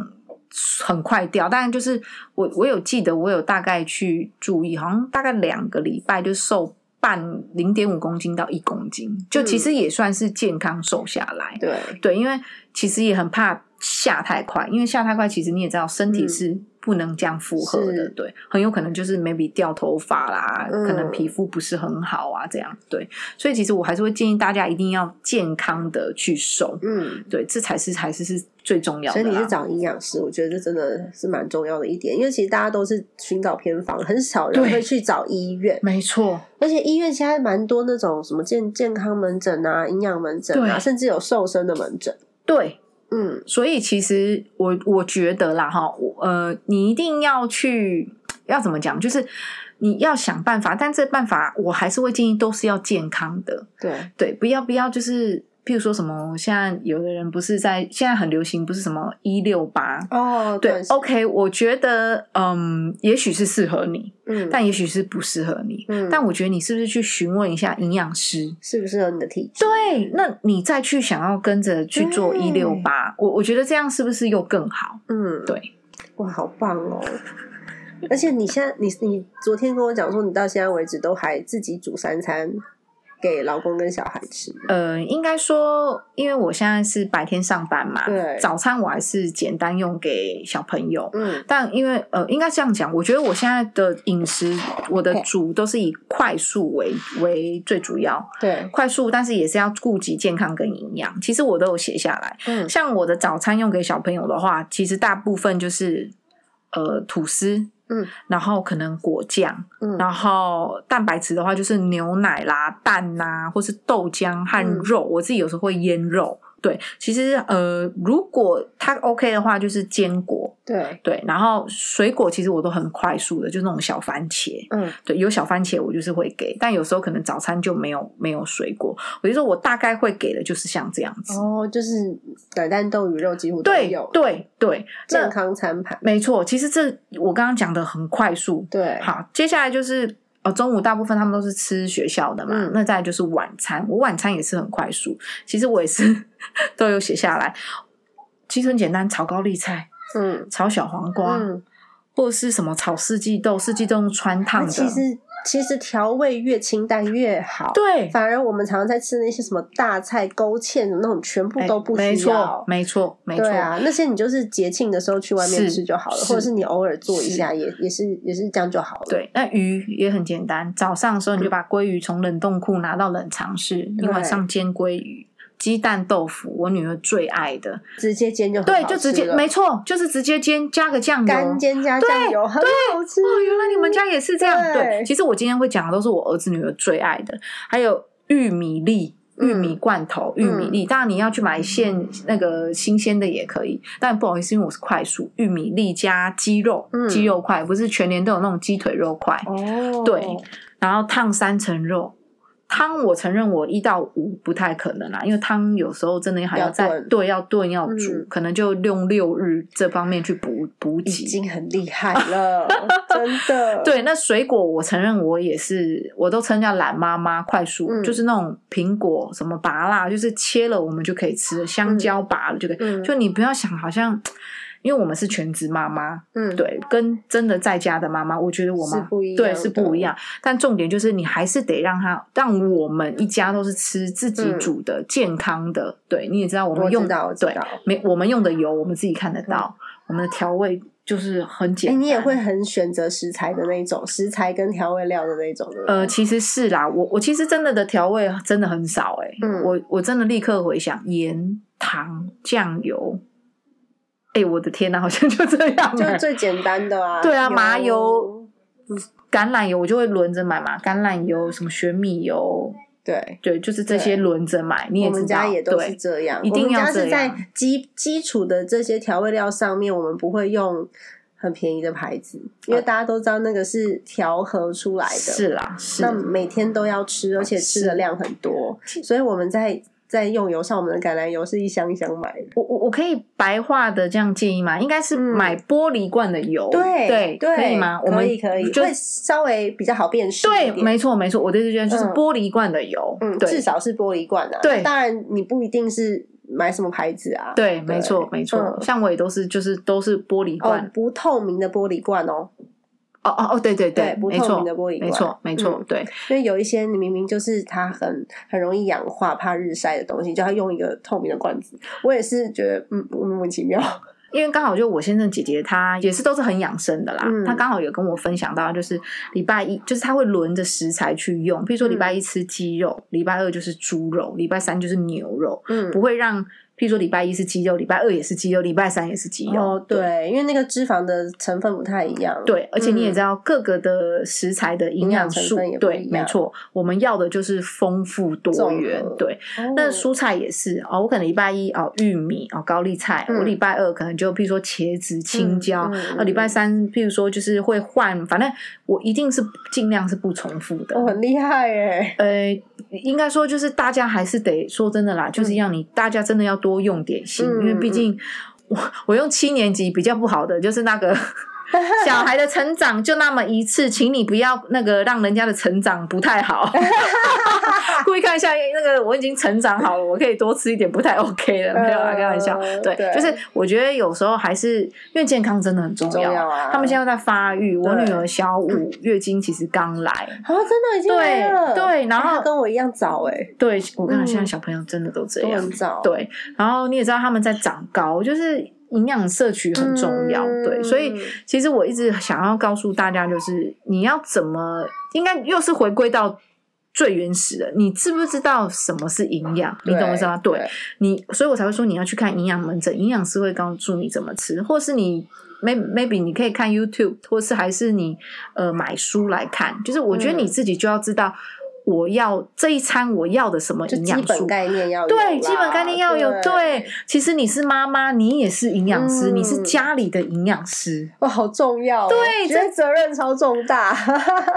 C: 很快掉，当然就是我我有记得，我有大概去注意，好像大概两个礼拜就瘦半零点五公斤到一公斤，就其实也算是健康瘦下来。
D: 嗯对，
C: 对，因为其实也很怕下太快，因为下太快，其实你也知道，身体
D: 嗯
C: 是不能这样负荷的，
D: 是
C: 对，很有可能就是 maybe 掉头发啦，
D: 嗯
C: 可能皮肤不是很好啊，这样对，所以其实我还是会建议大家一定要健康的去瘦，
D: 嗯，
C: 对，这才是还是是最重要
D: 所
C: 的
D: 以
C: 啦。
D: 你是找营养师，我觉得这真的是蛮重要的一点，因为其实大家都是寻找偏方，很少人
C: 对
D: 会去找医院，
C: 没错，
D: 而且医院现在蛮多那种什么健健康门诊啊、营养门诊啊，
C: 对
D: 甚至有瘦身的门诊。
C: 对，
D: 嗯，
C: 所以其实我我觉得啦，哈，我呃，你一定要去要怎么讲，就是你要想办法，但这办法我还是会建议都是要健康的，
D: 对，
C: 对，不要不要就是。譬如说什么，现在有的人不是在现在很流行，不是什么一六八，
D: 哦，
C: 对
D: 断食
C: ，OK，我觉得嗯，也许是适合你，
D: 嗯，
C: 但也许是不适合你。
D: 嗯
C: 但我觉得你是不是去询问一下营养师？
D: 适不适合你的体质？
C: 对，那你再去想要跟着去做
D: 对
C: 一六八，我我觉得这样是不是又更好？
D: 嗯，
C: 对，
D: 哇，好棒哦！而且你现在，你你昨天跟我讲说，你到现在为止都还自己煮三餐给老公跟小孩吃。
C: 呃，应该说，因为我现在是白天上班嘛，
D: 对
C: 早餐我还是简单用给小朋友。
D: 嗯，
C: 但因为呃，应该这样讲，我觉得我现在的饮食，我的煮都是以快速为为最主要，
D: 对，
C: 快速，但是也是要顾及健康跟营养。其实我都有写下来，
D: 嗯
C: 像我的早餐用给小朋友的话，其实大部分就是呃吐司，
D: 嗯，
C: 然后可能果酱，
D: 嗯
C: 然后蛋白质的话就是牛奶啦、蛋呐、或是豆浆和
D: 嗯
C: 肉。我自己有时候会腌肉。对，其实呃，如果它 OK 的话，就是坚果，
D: 对，
C: 对，然后水果其实我都很快速的，就那种小番茄，
D: 嗯
C: 对，有小番茄我就是会给，但有时候可能早餐就没有没有水果，我就说我大概会给的就是像这样子，
D: 哦，就是奶蛋豆鱼肉几乎都
C: 对
D: 有
C: 对对，
D: 健
C: 那
D: 康餐盘。
C: 没错，其实这我刚刚讲的很快速。
D: 对，
C: 好，接下来就是呃，中午大部分他们都是吃学校的嘛，
D: 嗯
C: 那再来就是晚餐，我晚餐也是很快速，其实我也是 都有写下来，其实很简单，炒高丽菜，
D: 嗯
C: 炒小黄瓜。
D: 嗯，
C: 或者是什么炒四季豆，四季豆用穿烫
D: 那
C: 的，
D: 啊其实其实调味越清淡越好。
C: 对，
D: 反而我们常常在吃那些什么大菜、勾芡的那种，全部
C: 哎
D: 都不需要。
C: 没错，没错，没错，
D: 对啊，那些你就是节庆的时候去外面
C: 是
D: 吃就好了，
C: 是
D: 或者是你偶尔做一下也也是也是这样就好了。
C: 对，那鱼也很简单，早上的时候你就把鲑鱼从冷冻库拿到冷藏室，你晚上煎鲑鱼。鸡蛋豆腐，我女儿最爱的，
D: 直接煎就很
C: 对，
D: 好
C: 就直
D: 吃
C: 接
D: 了
C: 没错，就是直接煎，加个酱油，
D: 干煎加酱油，很好吃。
C: 哦，原来你们家也是这样。
D: 嗯对
C: 对，其实我今天会讲的都是我儿子女儿最爱的，还有玉米粒。
D: 嗯
C: 玉米罐头、玉米粒，当然你要去买现那个新鲜的也可以，但不好意思，因为我是快速，玉米粒加鸡肉
D: 嗯，
C: 鸡肉块不是全年都有那种鸡腿肉块，
D: 哦
C: 对然后烫三层肉。汤我承认我一到五不太可能啦，因为汤有时候真的还
D: 要
C: 要再
D: 炖
C: 对要炖要煮，
D: 嗯
C: 可能就用六日这方面去补补
D: 已
C: 给。
D: 经很厉害了，真的。，
C: 对，那水果我承认我也是，我都称叫懒妈妈快速，
D: 嗯
C: 就是那种苹果什么拔辣，就是切了我们就可以吃了，香蕉拔了就可以。
D: 嗯
C: 就你不要想好像，因为我们是全职妈妈，
D: 嗯，
C: 对，跟真的在家的妈妈，我觉得我妈
D: 是不一样
C: 对
D: 的
C: 是不一样。但重点就是你还是得让她，让我们一家都是吃自己
D: 嗯
C: 煮的、健康的。对，你也知道我
D: 我
C: 们用
D: 知道，我知
C: 对
D: 道。嗯
C: 没我们用的油，我们自己看得到，我们的调味就是很简
D: 哎，
C: 单。
D: 你也会很选择食材的那一种，食材跟调味料的那一种的。
C: 呃，其实是啦，我我其实真的的调味真的很少哎、
D: 嗯
C: 我我真的立刻回想盐、糖、酱油，哎、我的天呐，好像就这样、
D: 就是
C: 欸，
D: 最简单的啊。
C: 对啊，麻油、橄榄油，我就会轮着买嘛，橄榄油、什么玄米油，
D: 对，
C: 对，就是这些
D: 对
C: 轮着买，你也
D: 我
C: 知道，
D: 们家也都是
C: 对，
D: 这样，
C: 一定要
D: 我们家是
C: 这
D: 在
C: 样
D: 基基础的这些调味料上面，我们不会用很便宜的牌子，因为大家都知道那个是调和出来的，
C: 呃是啦，是啊
D: 那每天都要吃，而且吃的量很多，所以我们在。在用油上，我们的橄榄油是一箱一箱买的。
C: 我我我可以白话的这样建议吗？应该是
D: 嗯
C: 买玻璃罐的油，
D: 对
C: 对可以吗？我们
D: 可以可以，
C: 就
D: 会稍微比较好辨识一
C: 对，
D: 点。
C: 没错没错，我的意思就是
D: 嗯
C: 玻璃罐的油，
D: 嗯，
C: 对
D: 至少是玻璃罐啊。
C: 对
D: 当然你不一定是买什么牌子啊。
C: 对，没错没错，
D: 嗯
C: 像我也都是就是都是玻璃
D: 哦
C: 罐，，
D: 不透明的玻璃罐哦，
C: 哦哦哦，对对
D: 对不
C: 没
D: 透
C: 错
D: 明的玻璃，
C: 没
D: 罐
C: 错，没错
D: 嗯，
C: 对，
D: 因为有一些你明明就是它很很容易氧化、怕日晒的东西，叫它用一个透明的罐子。我也是觉得嗯莫名其妙。
C: 因为刚好就我先生姐姐她也是都是很养生的啦，
D: 嗯
C: 她刚好有跟我分享到，就是礼拜一就是她会轮着食材去用，譬如说礼
D: 嗯
C: 拜一吃鸡肉，礼拜二就是猪肉，礼拜三就是牛肉，
D: 嗯
C: 不会让譬如说礼拜一是鸡肉，礼拜二也是鸡肉，礼拜三也是鸡肉，
D: 哦，对，因为那个脂肪的成分不太一样。
C: 对，而且你也
D: 嗯
C: 知道各个的食材的营
D: 营养
C: 养
D: 成
C: 素
D: 分也，不
C: 对
D: 一，
C: 没
D: 样
C: 错，我们要的就是丰富多
D: 综
C: 元
D: 合，
C: 对。
D: 哦，
C: 那蔬菜也是哦，我可能礼拜一哦玉米哦高丽菜，
D: 嗯
C: 我礼拜二可能就譬如说茄子、青椒，
D: 嗯嗯
C: 哦礼拜
D: 嗯
C: 三譬如说就是会换，反正我一定是尽量是不重复的。
D: 哦很厉害 哎，
C: 呃，应该说就是大家还是得说真的啦，就是要你、大家真的要多用点心，
D: 嗯
C: 因为毕
D: 嗯
C: 竟我我用七年级比较不好的就是那 个。小孩的成长就那么一次，请你不要那个让人家的成长不太 好。故意看一下那个我已经成长好了，我可以多吃一点，不太 OK 了，没有啦，
D: 呃
C: 开玩笑。对，
D: 对
C: 就是我觉得有时候还是因为健康真的很重
D: 重要啊
C: 他们现在在发育，我
D: 对嗯
C: 女儿小五月经其实刚来，
D: 啊，真的已经来了
C: 对对，然
D: 哎
C: 后
D: 它跟我一样早哎，
C: 对，我跟你讲，现在
D: 嗯
C: 小朋友真的都这
D: 都
C: 样。
D: 很早。
C: 对，然后你也知道他们在长高，就是营养摄取很重要。
D: 嗯
C: 对，所以其实我一直想要告诉大家，就是你要怎么，应该又是回归到。最原始的，你知不知道什么是营养？你
D: 对，
C: 懂我意思吗？对
D: 对
C: 你，所以我才会说你要去看营养门诊，营养师会告诉你怎么吃，或是你 may- maybe 你可以看 YouTube，或是还是你呃买书来看。就是我觉得
D: 嗯
C: 你自己就要知道，我要、这一餐我要的什么
D: 就
C: 营养
D: 基
C: 素，
D: 本概念要有
C: 对，
D: 啦
C: 基本概念要有。对，其实你是妈妈，你也是营养师，
D: 嗯
C: 你是家里的营养师。
D: 哇，好重要哦！
C: 对
D: 觉得责任超重 大。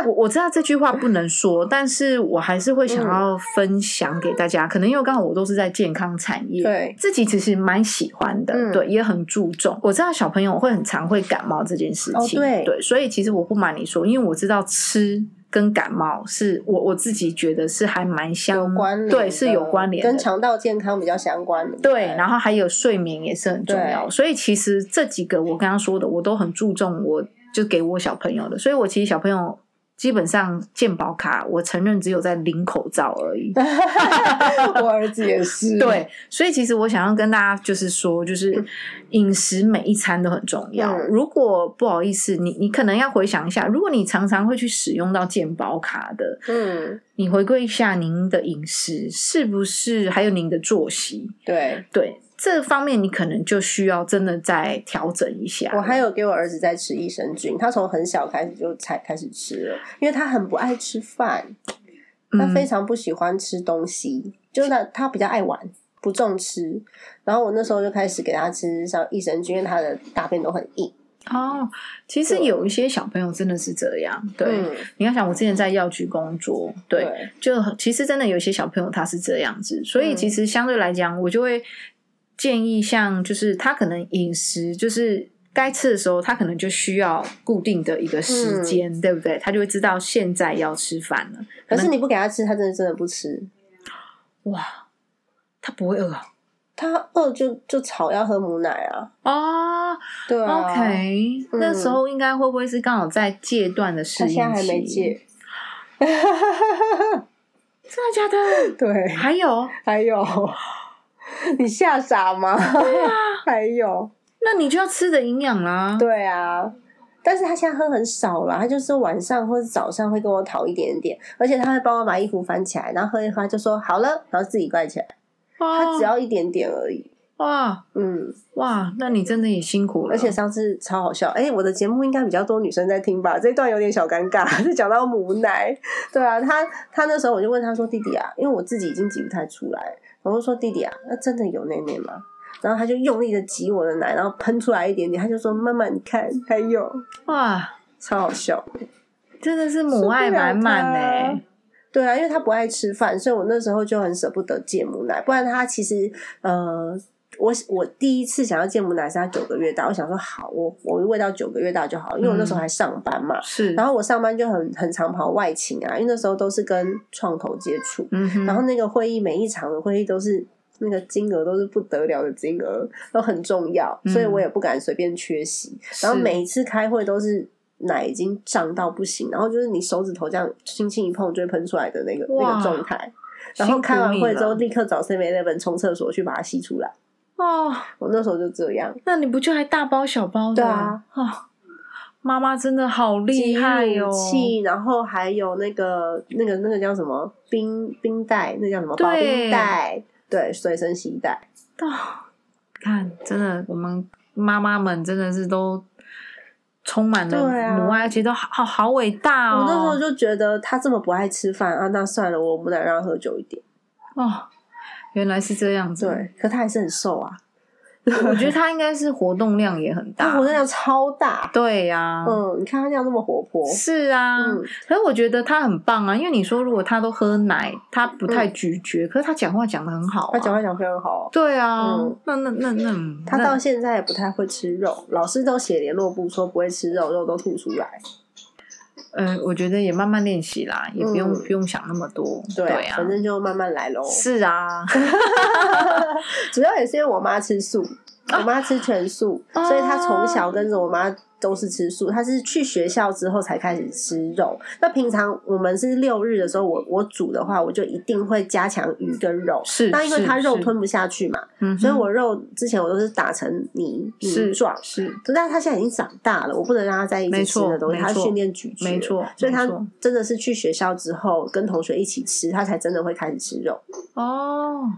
C: 我我知道这句话不能说，但是我还是会
D: 嗯
C: 想要分享给大家。可能因为刚好我都是在健康产业，
D: 对
C: 自己其实蛮喜欢的，
D: 嗯
C: 对，也很注重。我知道小朋友会很常会感冒这件事情，
D: 哦对
C: 所以其实我不瞒你说，因为我知道吃。跟感冒是我我自己觉得是还蛮相
D: 有关联的，
C: 对，是有关联的，
D: 跟肠道健康比较相关的。
C: 对，然
D: 后
C: 后还有睡眠也是很重要，
D: 对
C: 所以其实这几个我刚刚说的，我都很注重我，就给我小朋友的，所以我其实小朋友基本上健保卡，我承认只有在领口罩而已。
D: 我儿子也是，
C: 对，所以其实我想要跟大家就是说，就是饮食每一餐都很重要。
D: 嗯
C: 如果不好意思，你你可能要回想一下，如果你常常会去使用到健保卡的，
D: 嗯，
C: 你回归一下您的饮食是不是，还有您的作息，
D: 对。
C: 对这方面，你可能就需要真的再调整一下。
D: 我还有给我儿子在吃益生菌，他从很小开始就才开始吃了，因为他很不爱吃饭，他非
C: 嗯、
D: 常不喜欢吃东西，就是他他比较爱玩，不重吃。然后我那时候就开始给他吃像益生菌，因为他的大便都很硬。
C: 哦，其实
D: 对
C: 有一些小朋友真的是这样。对，
D: 嗯
C: 你要想，我之前在药局工作，对，
D: 对
C: 就其实真的有一些小朋友他是这样子，所以
D: 嗯
C: 其实相对来讲，我就会建议像就是他可能饮食就是。该吃的时候，他可能就需要固定的一个时
D: 嗯
C: 间，对不对？他就会知道现在要吃饭了。
D: 可是你不给他吃，他真的真的不吃。
C: 哇，他不会饿啊
D: 他饿就就吵要喝母奶啊，
C: 哦
D: 对啊
C: OK，、
D: 嗯
C: 那时候应该会不会是刚好在戒断的适
D: 他
C: 应期？
D: 现在还没，戒，
C: 真的假的？
D: 对，
C: 还有，
D: 还有，你吓傻吗？还有，
C: 那你就要吃的营养啦。
D: 对啊，但是他现在喝很少啦，他就是晚上或者早上会跟我讨一点点，而且他会帮我把衣服翻起来，然后喝一喝他就说好了，然后自己盖起来，
C: 哇，
D: 他只要一点点而已。
C: 哇
D: 嗯，
C: 哇，那你真的也辛苦了。
D: 而且上次超好笑，哎、我的节目应该比较多女生在听吧？这一段有点小尴尬， 是讲到母奶，对啊，他他那时候我就问他说：“弟弟啊，因为我自己已经挤不太出来，我就说弟弟啊，那真的有内内吗？”然后他就用力的挤我的奶，然后喷出来一点点，他就说：“妈妈，你看，还有，
C: 哇，
D: 超好笑。”
C: 真的是母爱满满呢、
D: 受不了对啊，因为他不爱吃饭，所以我那时候就很舍不得戒母奶。不然他其实呃，我我第一次想要戒母奶是他九个月大，我想说好，我我喂到九个月大就好，因为我那时候还上班嘛。
C: 是，
D: 然后我上班就很很常跑外勤啊，因为那时候都是跟创投接触，
C: 嗯哼，
D: 然后那个会议每一场的会议都是那个金额都是不得了的金
C: 嗯
D: 额，都很重要，所以我也不敢随便缺席。然后
C: 是
D: 每一次开会都是奶已经胀到不行，然后就是你手指头这样轻轻一碰就会喷出来的那个那
C: 哇
D: 个状态。然后
C: 辛苦
D: 开完
C: 你
D: 会之后，
C: 了
D: 立刻找 C 妹那本冲厕所去把它吸出来。
C: 哦，
D: 我那时候就这样，
C: 那你不就还大包小包的？
D: 对啊，
C: 哦，妈妈真的好厉害哦！
D: 吸乳器，然后还有那个那个那个叫什么冰冰袋，那叫什么保
C: 对
D: 冰袋，对，随身携带。
C: 哦，看，真的，我们妈妈们真的是都充满了
D: 对啊
C: 母爱，而且都好好好伟大哦。
D: 我那时候就觉得他这么不爱吃饭啊，那算了，我母奶让他喝酒一点。
C: 哦，原来是这样子。
D: 对，可他还是很瘦啊，
C: 我觉得她应该是活动量也很
D: 他
C: 大。
D: 活动量超大。
C: 对呀、
D: 嗯，你看他这样那么活泼，
C: 是啊，
D: 嗯
C: 可是我觉得她很棒啊，因为你说如果她都喝奶，她不太咀嚼，可是她讲话讲的很好、啊，
D: 嗯他讲话讲非常好。
C: 对啊，
D: 嗯
C: 那那那那，
D: 他
C: 那
D: 到现在也不太会吃肉，老师都写联络簿说不会吃肉，肉都吐出来。
C: 嗯，我觉得也慢慢练习啦，也不用、
D: 嗯
C: 不用想那么多，
D: 对啊，
C: 啊，
D: 反正就慢慢来喽。
C: 是啊，
D: 主要也是因为我妈吃素，我妈吃全素，
C: 啊
D: 所以她从小跟着我妈都是吃素。她是去学校之后才开始吃肉。那平常我们是六日的时候，我我煮的话，我就一定会加强鱼跟肉。
C: 是
D: 那因为
C: 是
D: 她肉
C: 是
D: 吞不下去嘛，
C: 嗯哼，
D: 所以我肉之前我都是打成泥泥
C: 是
D: 状。
C: 是
D: 但是她现在已经长大了，我不能让她在一
C: 没
D: 起吃
C: 错
D: 的东西，
C: 没
D: 她
C: 错
D: 训练咀嚼，
C: 没错
D: 所以
C: 没
D: 她
C: 错
D: 真的是去学校之后跟同学一起吃，她才真的会开始吃肉。
C: 哦。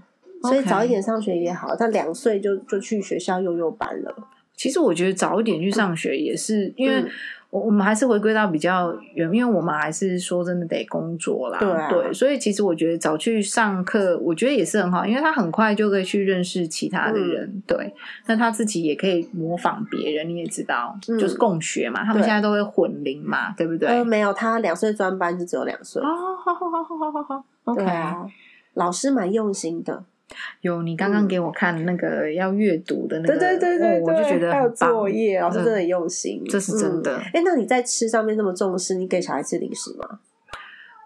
D: 所以
C: OK
D: 早一。点上学也好，他两岁就就去学校幼幼班了。
C: 其实我觉得早一点去上学也是，因为
D: 嗯
C: 我我们还是回归到比较远，因为我们还是说真的得工作啦，
D: 对啊
C: 所以其实我觉得早去上课，我觉得也是很好，因为他很快就可以去认识其他
D: 嗯
C: 的人，对，那他自己也可以模仿别人，你也知道，
D: 嗯
C: 就是共学嘛，他们
D: 对
C: 现在都会混龄嘛，对不对？
D: 呃，没有，他两岁专班就只有两岁。
C: 哦，好好好好好好好，OK
D: 对。啊，老师蛮用心的。
C: 有你
D: 嗯
C: 刚刚给我看那个要阅读的那个，哦我就觉得
D: 还有
C: 很棒
D: 作业，老师真的
C: 嗯
D: 很用心，
C: 这是真的
D: 嗯哎、那你在吃上面那么重视，你给小孩吃零 食吗？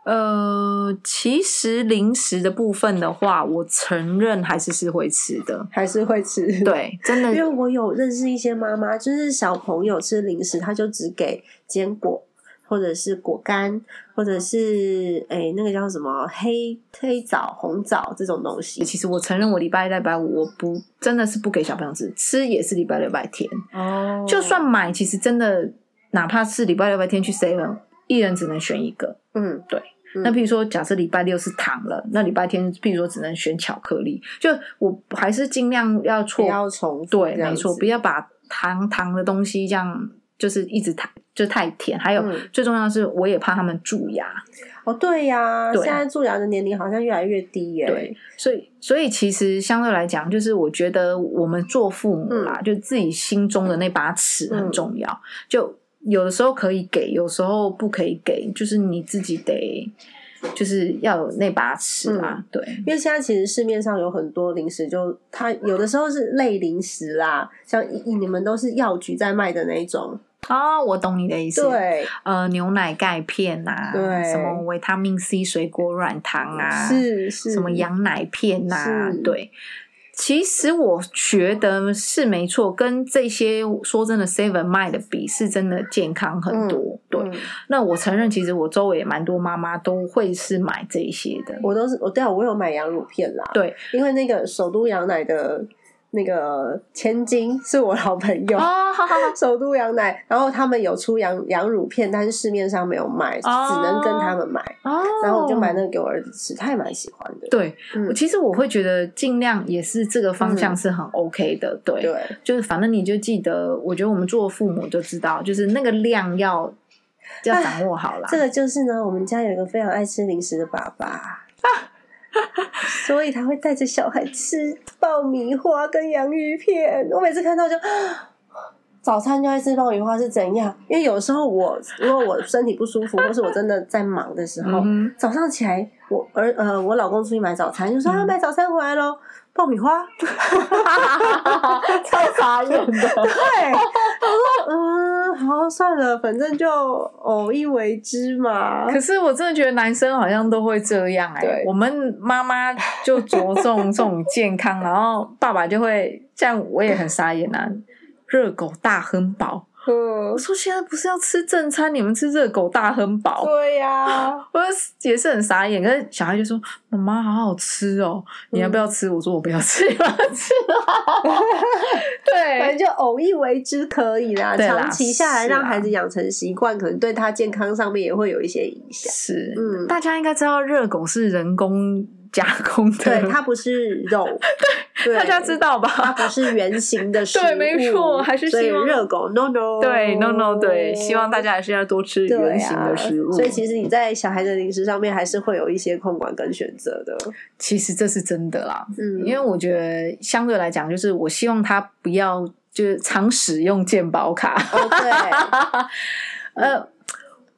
C: 呃，其实零食的部分的话，我承认还是是会吃的。
D: 还是会吃？。
C: 对，真
D: 因为
C: 的
D: 我有认识一些妈妈，就是小朋友吃零食，她就只给坚果，或者是果干，或者是哎、那个叫什么黑黑枣、红枣这种东西。
C: 其实我承认，我礼拜一、礼拜五我不真的是不给小朋友吃，吃也是礼拜六、礼拜天。
D: 哦
C: 就算买，其实真的哪怕是礼拜六、礼拜天去 seven，一人只能选一个。
D: 嗯，嗯
C: 那譬如说，假设礼拜六是糖了，那礼拜天譬如说只能选巧克力。就我还是尽量要
D: 不
C: 错
D: 要重复，
C: 对，
D: 这样
C: 没错，
D: 子
C: 不要把糖糖的东西这样就是一直太就太甜。还有、
D: 嗯
C: 最重要的是，我也怕他们蛀牙。
D: 哦，对呀，
C: 对啊
D: 现在蛀牙的年龄好像越来越低耶。
C: 对，所以所以其实相对来讲，就是我觉得我们做父母啦，
D: 嗯
C: 就自己心中的那把尺很重要。就有的时候可以给，有时候不可以给，就是你自己得就是要有那把尺啦。
D: 嗯
C: 对，
D: 因为现在其实市面上有很多零食就，它有的时候是类零食啦，像一一你们都是药局在卖的那一种，啊
C: 哦，我懂你的意思。
D: 对，
C: 呃，牛奶钙片啊，
D: 对
C: 什么维他命 C 水果软糖啊，
D: 是是
C: 什么羊奶片呐、
D: 是
C: 对。其实我觉得是没错，跟这些说真的，Seven 卖的比是真的健康很多。对，
D: 嗯
C: 那我承认，其实我周围也蛮多妈妈都会是买这些的。
D: 我都是我对啊，我有买羊乳片啦，
C: 对，
D: 因为那个首都羊奶的那个千金是我老朋友。
C: 哦，好好好，
D: 首都羊奶，然后他们有出羊羊乳片，但是市面上没有卖，
C: 哦
D: 只能跟他们买。
C: 哦，
D: 然后我就买那个给我儿子吃，他也蛮喜欢的。
C: 对，
D: 嗯
C: 我其实我会觉得尽量也是这个方向
D: 嗯
C: 是很 OK 的。对，
D: 对，
C: 就是反正你就记得，我觉得我们做父母就知道，就是那个量要要掌握好啦。
D: 这个就是呢，我们家有一个非常爱吃零食的爸 爸，所以他会带着小孩吃爆米花跟洋芋片。我每次看到就。早餐就爱吃爆米花是怎样？因为有时候我如果我身体不舒服，或是我真的在忙的时候，
C: 嗯
D: 早上起来，我儿呃，我老公出去买早餐，就说、啊，买早餐回来喽，爆米 花，
C: 超傻眼的。
D: 对，我说嗯，好算了，反正就偶一为之嘛。
C: 可是我真的觉得男生好像都会这样哎、
D: 哦对
C: 我们妈妈就着重这种健康，然后爸爸就会像我也很傻眼啊，热狗大亨堡，
D: 嗯
C: 我，说现在不是要吃正餐，你们吃热狗大亨堡，
D: 对呀、
C: 我也是很傻眼。可是小孩就说：“妈妈好好吃哦，
D: 嗯
C: 你要不要吃？”我说：“我不要吃，你不要吃啊。”
D: 反正
C: 对，
D: 就偶一为之可以啦。
C: 哎对啦
D: 长期下来，
C: 是啦
D: 让孩子养成习惯，可能对他健康上面也会有一些影响。
C: 是、
D: 嗯
C: 大家应该知道热狗是人工加工的，
D: 对，它不是 肉，对，
C: 大家知。道
D: 它
C: 吧？
D: 不是圆形的食物，
C: 对没错还是
D: 所以
C: 希望
D: 热狗 no no
C: 对，no no，对，希望大家还是要多吃
D: 对啊
C: 圆形的食物。
D: 所以其实你在小孩的零食上面还是会有一些控管跟选择的，
C: 其实这是真的啦，
D: 嗯
C: 因为我觉得相对来讲，就是我希望他不要就是常使用健保卡。
D: 哦对，
C: 呃，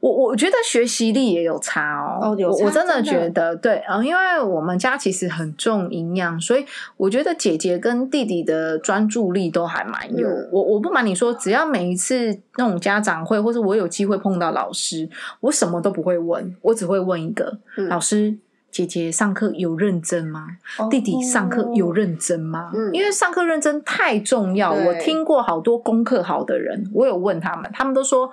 C: 我我觉得学习力也有差哦，
D: 哦有差
C: 我我真的
D: 真的
C: 觉得对，嗯、因为我们家其实很重营养，所以我觉得姐姐跟弟弟的专注力都还蛮有。
D: 嗯
C: 我我不瞒你说，只要每一次那种家长会，或是我有机会碰到老师，我什么都不会问，我只会问一个、
D: 嗯哦
C: 老师。姐姐上课有认真吗？弟弟上课有认真吗？
D: 嗯
C: 因为上课认真太重要。
D: 对
C: 我听过好多功课好的人，我有问他们，他们都说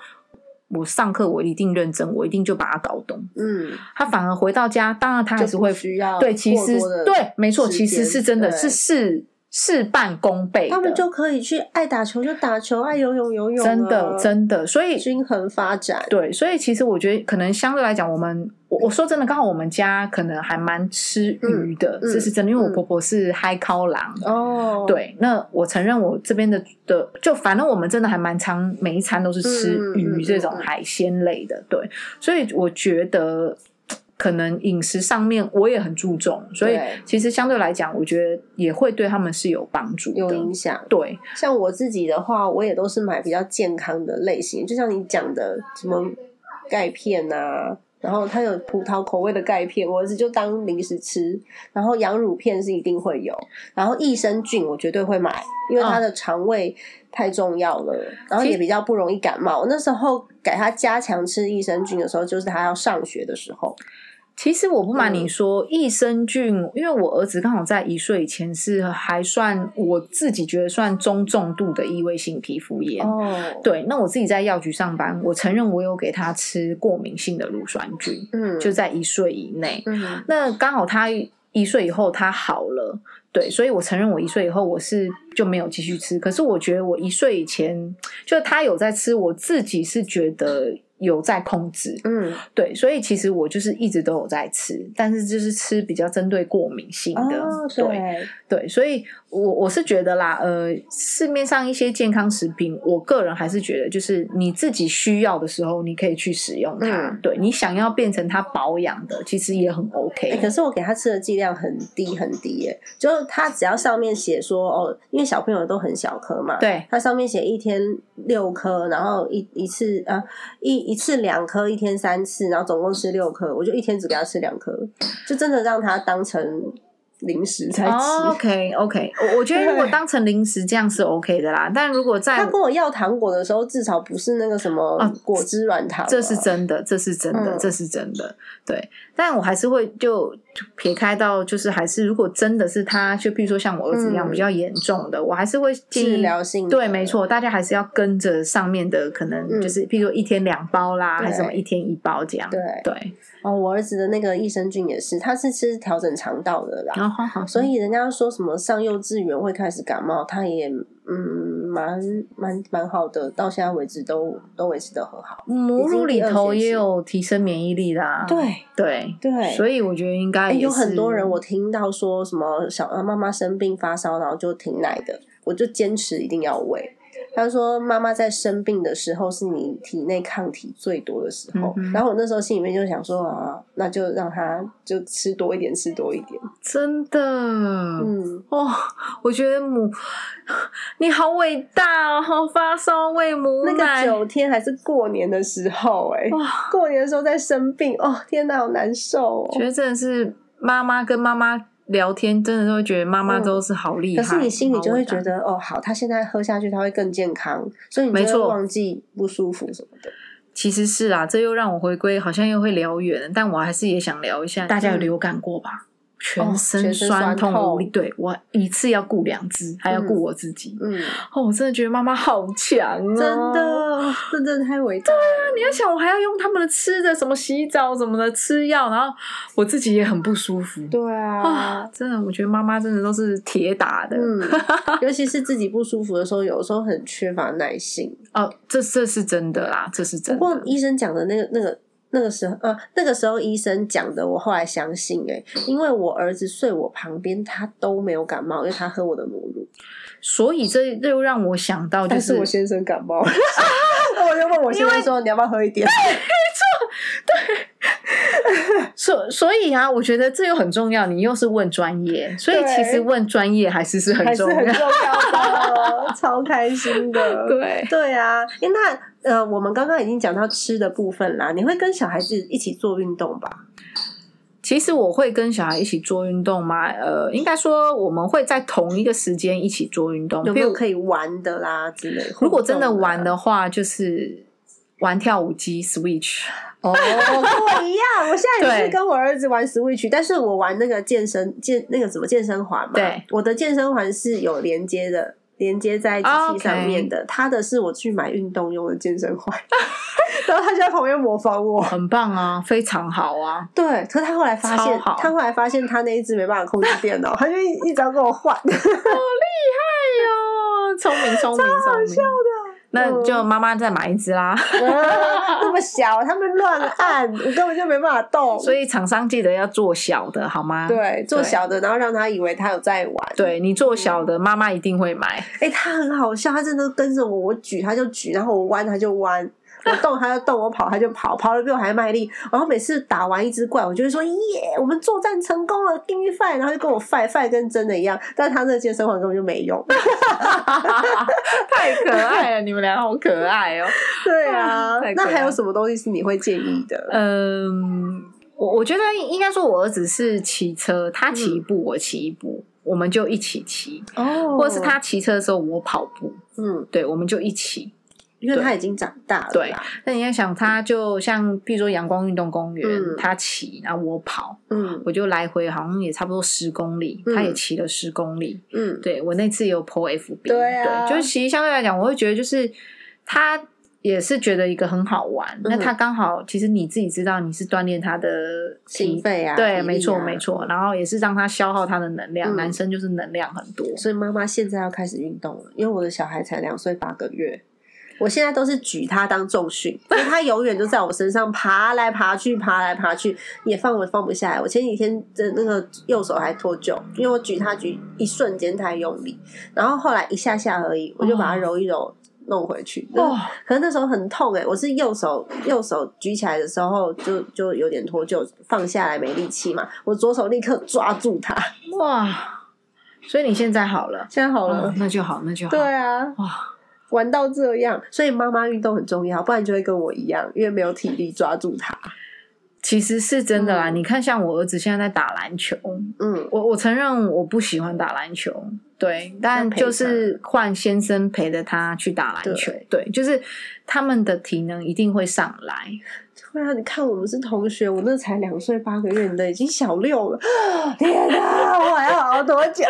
C: 我上课我一定认真，我一定就把它搞懂。
D: 嗯，
C: 他反而回到家，当然他还是会
D: 就不需要
C: 对，其实
D: 过多的
C: 对，没错，
D: 时
C: 其
D: 间
C: 实是真的
D: 对
C: 是事事半功倍的，
D: 他们就可以去爱打球就打球，爱游泳游泳啊，
C: 真的真的，所以
D: 均衡发展，
C: 对，所以其实我觉得可能相对来讲，我们我我说真的，刚好我们家可能还蛮吃鱼的，
D: 嗯嗯
C: 这是真的，因为我
D: 嗯
C: 婆婆是嗨靠郎，
D: 哦，
C: 对，那我承认我这边的的，就反正我们真的还蛮常每一餐都是吃
D: 嗯嗯嗯
C: 鱼
D: 嗯
C: 这种
D: 嗯
C: 海鲜类的，对，所以我觉得可能饮食上面我也很注重，所以
D: 对
C: 其实相对来讲，我觉得也会对他们是有帮助的，
D: 有影响。
C: 对，
D: 像我自己的话，我也都是买比较健康的类型，就像你讲的什么钙片啊，然后它有葡萄口味的钙片，我儿子就当零食吃。然后羊乳片是一定会有，然后益生菌我绝对会买，因为它的肠胃太重要了，然后也比较不容易感冒。那时候给他加强吃益生菌的时候，就是他要上学的时候。
C: 其实我不瞒你
D: 嗯
C: 说，益生菌，因为我儿子刚好在一岁以前是还算我自己觉得算中重度的异位性皮肤炎。
D: 哦，
C: 对，那我自己在药局上班，我承认我有给他吃过敏性的乳酸菌，
D: 嗯，
C: 就在一岁以内。
D: 嗯
C: 那刚好他一岁以后他好了，对，所以我承认我一岁以后我是就没有继续吃。可是我觉得我一岁以前就他有在吃，我自己是觉得有在控制，
D: 嗯，
C: 对，所以其实我就是一直都有在吃，但是就是吃比较针对过敏性的，
D: 哦，对，
C: 对，所以我我是觉得啦，呃，市面上一些健康食品，我个人还是觉得，就是你自己需要的时候，你可以去使用它。
D: 嗯
C: 对你想要变成它保养的，其实也很 OK。
D: 欸可是我给他吃的剂量很低很低耶、就是他只要上面写说哦，因为小朋友都很小颗嘛，，
C: 对，
D: 他上面写一天六颗，然后一一次啊一一次两颗，一天三次，然后总共吃六颗，我就一天只给他吃两颗，就真的让他当成零食在吃。
C: 哦、OK OK，我我觉得如果当成零食这样是 OK 的啦，但如果在
D: 他跟我要糖果的时候，至少不是那个什么
C: 啊
D: 果汁软糖、
C: 这是，真的，这是真的，
D: 嗯
C: 这是真的。对，但我还是会就就撇开到，就是还是如果真的是他，就比如说像我儿子一样
D: 嗯
C: 比较严重的，我还是会建
D: 治
C: 议。
D: 疗性的
C: 对，没。错，大家还是要跟着上面的，可能
D: 嗯
C: 就是，譬如说一天两包啦，
D: 对
C: 还是什么一天一包这样。
D: 对
C: 对，
D: 哦，我儿子的那个益生菌也是，他是吃调整肠道的啦。
C: 然后好，
D: 所以人家说什么上幼稚园会开始感冒，他也嗯蛮蛮蛮好的，到现在为止都都维持的很好。
C: 母乳里头也有提升免疫力啦。
D: 对
C: 对
D: 嗯对，
C: 所
D: 以、
C: 以我觉得应该
D: 哎，
C: 也
D: 有很
C: 是
D: 多人我听到说什么小呃妈妈生病发烧，然后就停奶的，我就坚持一定要喂。他说：“妈妈在生病的时候是你体内抗体最多的时候。
C: 嗯哼
D: 然后我那时候心里面就想说啊，那就让他就吃多一点，吃多一点。
C: 真的，
D: 嗯，
C: 哦，我觉得母， 你好伟大哦！发烧喂母
D: 那
C: 奶，
D: 个九天还是过年的时候、哎，
C: 哇，
D: 过年的时候在生病，哦，天哪，好难受、
C: 觉
D: 哦。
C: 得真的是妈妈跟妈妈聊天，真的都会觉得妈妈都是好厉害。
D: 嗯可是你心里就会
C: 好
D: 觉
C: 伟大，
D: 得，哦，好，他现在喝下去，他会更健康，所以你
C: 没
D: 就
C: 错
D: 会忘记不舒服什么的。
C: 其实是啊，这又让我回归，好像又会聊远了，但我还是也想聊一下。大家有流感过吧？
D: 哦
C: 全身酸痛无力，对我一次要顾两只，还要顾我自己。
D: 嗯，
C: 哦，我真的觉得妈妈好强哦，
D: 真的，这真的太伟大了。
C: 你要想，我还要用他们的吃的，什么洗澡什么的，吃药，然后我自己也很不舒服。
D: 对
C: 啊，
D: 啊，
C: 真的，我觉得妈妈真的都是铁打的。
D: 嗯，
C: 啊
D: 尤其是自己不舒服的时候，有时候很缺乏耐性。
C: 哦，这这是真的啦，这是真
D: 不
C: 的。
D: 过医生讲的那个那个那个时候，呃，那个时候医生讲的，我后来相信哎、因为我儿子睡我旁边，他都没有感冒，因为他喝我的母乳，
C: 所以这这又让我想到，就
D: 但是我先生感冒， 我就问我先生说你要不要喝一点？
C: 所所以啊，我觉得这又很重要。你又是问专业，所以
D: 对
C: 其实问专业还是是很
D: 还是
C: 重
D: 很
C: 要。
D: 重要的，超开心的。
C: 对，
D: 对啊，诶那呃，我们刚刚已经讲到吃的部分啦，你会跟小孩子一起做运动吧？
C: 其实我会跟小孩一起做运动吗？呃，应该说我们会在同一个时间一起做运动。
D: 有没
C: 譬
D: 有
C: 如
D: 可以玩的啦之类？
C: 如果真的
D: 互动
C: 玩的话，就是玩跳舞机 Switch。
D: 哦，跟我一样，我现在也
C: 对
D: 是跟我儿子玩 Switch，但是我玩那个健身健那个什么健身环嘛，
C: 对，
D: 我的健身环是有连接的。连接在机器上面的他的是我去买运动用的健身环， 然后他就在旁边模仿我。
C: 很棒啊，非常好啊！
D: 对，可是他后来发
C: 超
D: 现，
C: 好
D: 他后来发现他那一只没办法控制电 脑，他就一一直要跟我 换。
C: 哎呦，聪明聪 明聪明，笑的。那就妈妈再买一只啦，
D: 啊那么小，他们乱按，我根本就没办法动。
C: 所
D: 以
C: 以厂商记得要做小的好吗？
D: 对，做
C: 对
D: 小的，然后让他以为他有在玩。
C: 对，你做小的，妈妈一定会买。
D: 哎、他很好笑，他真的跟着我，我举他就举，然后我弯他就弯，我动他就动，我跑他就跑，跑的比我还卖力。然后每次打完一只怪，我就会说耶，我们作战成功了，give me five，然后就跟我 five five 跟真的一样，但他那个健身环根本就没 用。
C: 太可爱了，你 们俩好可爱哦。
D: 对啊
C: 太，可
D: 那
C: 爱
D: 还有什么东西是你会建议的？
C: 嗯，我我觉得应该说，我儿子是骑车，他骑一步，我骑一步，我们就一起骑，
D: 哦
C: 或者是他骑车的时候我跑步，
D: 嗯，
C: 对，我们就一起。
D: 因为他已经长大了啦，
C: 对那你要想，他就像比如说阳光运动公园，
D: 嗯
C: 他骑，然后我跑，
D: 嗯
C: 我就来回好像也差不多十公里，
D: 嗯
C: 他也骑了十公里。
D: 嗯，
C: 对我那次也有 PO FB，
D: 对啊
C: 就是其实相对来讲，我会觉得就是他也是觉得一个很好玩。
D: 嗯
C: 那他刚好其实你自己知道你是锻炼他的
D: 心
C: 体
D: 肺啊，体
C: 对，
D: 力
C: 没错
D: 啊
C: 没。错。然后也是让他消耗他的能量，
D: 嗯
C: 男生就是能量很多。
D: 所以妈妈现在要开始运动了，因为我的小孩才两岁八个月，我现在都是举他当重训，因为他永远都在我身上爬来爬去，爬来爬去，也放我放不下来。我前几天的那个右手还脱臼，因为我举他举一瞬间太用力，然后后来一下下而已，我就把它揉一揉。弄回去，
C: 哦，
D: 可是那时候很痛哎、我是右手右手举起来的时候就就有点脱臼，放下来没力气嘛，我左手立刻抓住它，
C: 哇！所以你现在好了，
D: 现在好了。
C: 哦那就好，那就好。
D: 对啊，
C: 哇，
D: 玩到这样，所以妈妈运动很重要，不然就会跟我一样，因为没有体力抓住它。
C: 其实是真的啦。
D: 嗯
C: 你看，像我儿子现在在打篮球，
D: 嗯，
C: 我我承认我不喜欢打篮球，对，但
D: 陪
C: 就是换先生陪着他去打篮球，对，就是他们的体能一定会上来，
D: 对啊，你看我们是同学，我那才两岁八个月，你的已经小六了， 天哪，我还要熬多 久？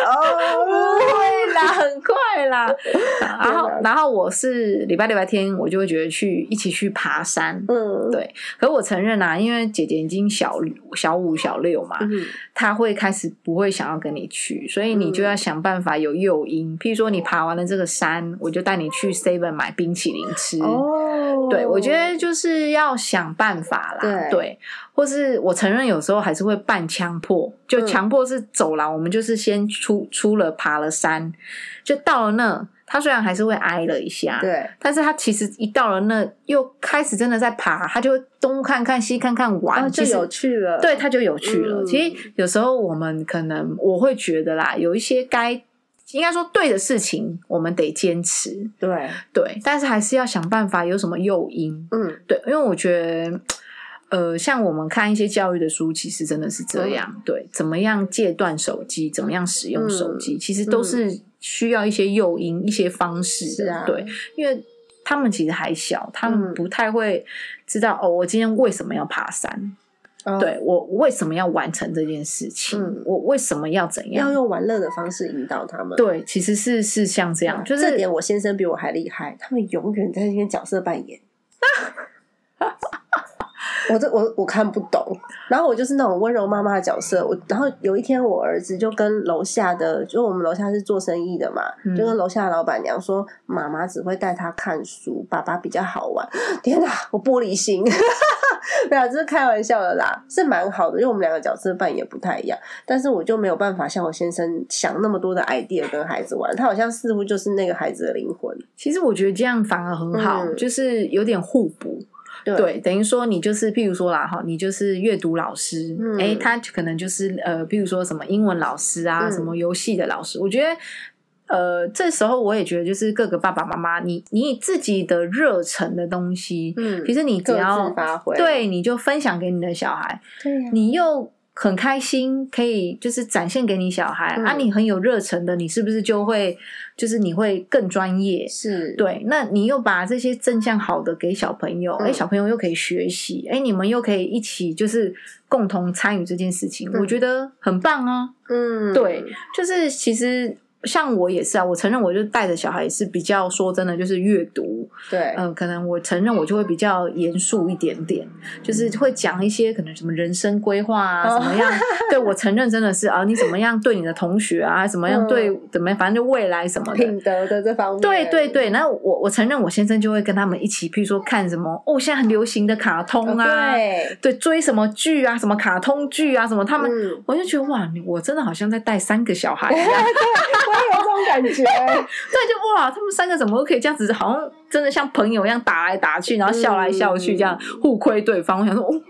C: 会啦，很快啦。 然后
D: 真的
C: 然后我是礼拜六礼拜天，我就会觉得去一起去爬山。
D: 嗯，
C: 对可我承认啊，因为姐姐已经小小五、小六嘛，
D: 嗯，
C: 他会开始不会想要跟你去，所以你就要想办法有诱因。譬如说，你爬完了这个山，我就带你去 Seven 买冰淇淋吃。
D: 哦，
C: 嗯对，我觉得就是要想办法啦，
D: 对
C: 或是我承认有时候还是会半强迫，就
D: 嗯
C: 强迫是走廊，我们就是先出出了爬了山，就到了那，他虽然还是会挨了一下，
D: 对，
C: 但是他其实一到了那，又开始真的在爬，他就会东看看西看看玩，
D: 啊，就
C: 其实
D: 有趣了，
C: 对，他就有趣了。
D: 嗯
C: 其实有时候我们可能我会觉得啦，有一些该应该说对的事情，我们得坚持，
D: 对，
C: 对，但是还是要想办法有什么诱因，
D: 嗯，
C: 对，因为我觉得。呃，像我们看一些教育的书，其实真的是这样。对，怎么样戒断手机，怎么样使用手
D: 嗯
C: 机，其实都是需要一些诱因、一些方式的。
D: 是啊，
C: 对，，因为他们其实还小，他们
D: 嗯
C: 不太会知道、哦，我今天为什么要爬山。
D: 哦
C: 对我为什么要完成这件事情？
D: 嗯
C: 我为什么要怎
D: 要
C: 样？
D: 用玩乐的方式引导他们。
C: 对，其实是是像这样，
D: 哇
C: 就是
D: 这点我先生比我还厉害，他们永远在那边角色扮 演。我这我我看不懂，然后我就是那种温柔妈妈的角色。我然后有一天，我儿子就跟楼下的，就我们楼下是做生意的嘛，
C: 嗯
D: 就跟楼下的老板娘说，妈妈只会带他看书，爸爸比较好玩。 天哪，我玻璃心， 没有，这是开玩笑的啦，是蛮好的，因为我们两个角色扮演不太一样。但是我就没有办法像我先生想那么多的 idea 跟孩子玩，他好像似乎就是那个孩子的灵魂。
C: 其实我觉得这样反而很好，
D: 嗯
C: 就是有点互补。
D: 对
C: 等于说你就是，譬如说啦，哈，你就是阅读老师
D: 嗯，
C: 诶，他可能就是呃，譬如说什么英文老师啊，
D: 嗯
C: 什么游戏的老师，我觉得。呃，这时候我也觉得，就是各个爸爸妈妈，你你自己的热忱的东西，
D: 嗯
C: 其实你只
D: 各
C: 要
D: 自发挥
C: 对，你就分享给你的小孩，
D: 对呀
C: 你又很开心，可以就是展现给你小孩、
D: 嗯
C: 啊，你很有热忱的，你是不是就会就是你会更专业？
D: 是，
C: 对，那你又把这些正向好的给小朋友，
D: 嗯
C: 哎、小朋友又可以学习，哎、你们又可以一起就是共同参与这件事情，
D: 嗯
C: 我觉得很棒啊。
D: 嗯，
C: 对，就是其实像我也是啊，我承认我就带着小孩也是比较说真的，就是阅读，
D: 对，
C: 嗯、可能我承认我就会比较严肃一点点，就是会讲一些可能什么人生规划啊，
D: 哦
C: 怎么样？对我承认真的是啊，你怎么样对你的同学啊，怎么样对怎么样，反正就未来什么的。
D: 嗯品德的这方面，
C: 对对对，
D: 嗯
C: 那我我承认，我先生就会跟他们一起，譬如说看什么哦，现在很流行的卡
D: 哦，
C: 通啊，
D: 对，
C: 对追什么剧啊，什么卡通剧啊，什么他 们，
D: 嗯
C: 我就觉得哇，你我真的好像在带三个小孩一 样，
D: 我也有这种感 觉，
C: 对，就哇，他们三个怎么都可以这样子，好像真的像朋友一样打来打去，然后笑
D: 嗯
C: 来笑去，这样、互亏对方。我想说，哦，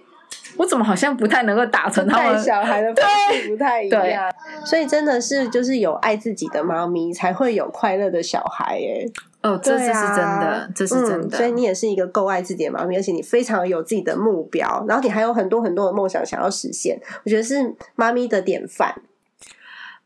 C: 我怎么好像不太能够打成他
D: 带
C: 们？
D: 小孩的方式不太一
C: 对
D: 样，所以真的是就是有爱自己的猫咪，才会有快乐的小孩，哎，
C: 哦，这次
D: 对
C: 是真的，
D: 啊
C: 这是真
D: 嗯
C: 的。
D: 所以你也是一个够爱自己的妈咪，而且你非常有自己的目标，然后你还有很多很多的梦想想要实现，我觉得是妈咪的典范。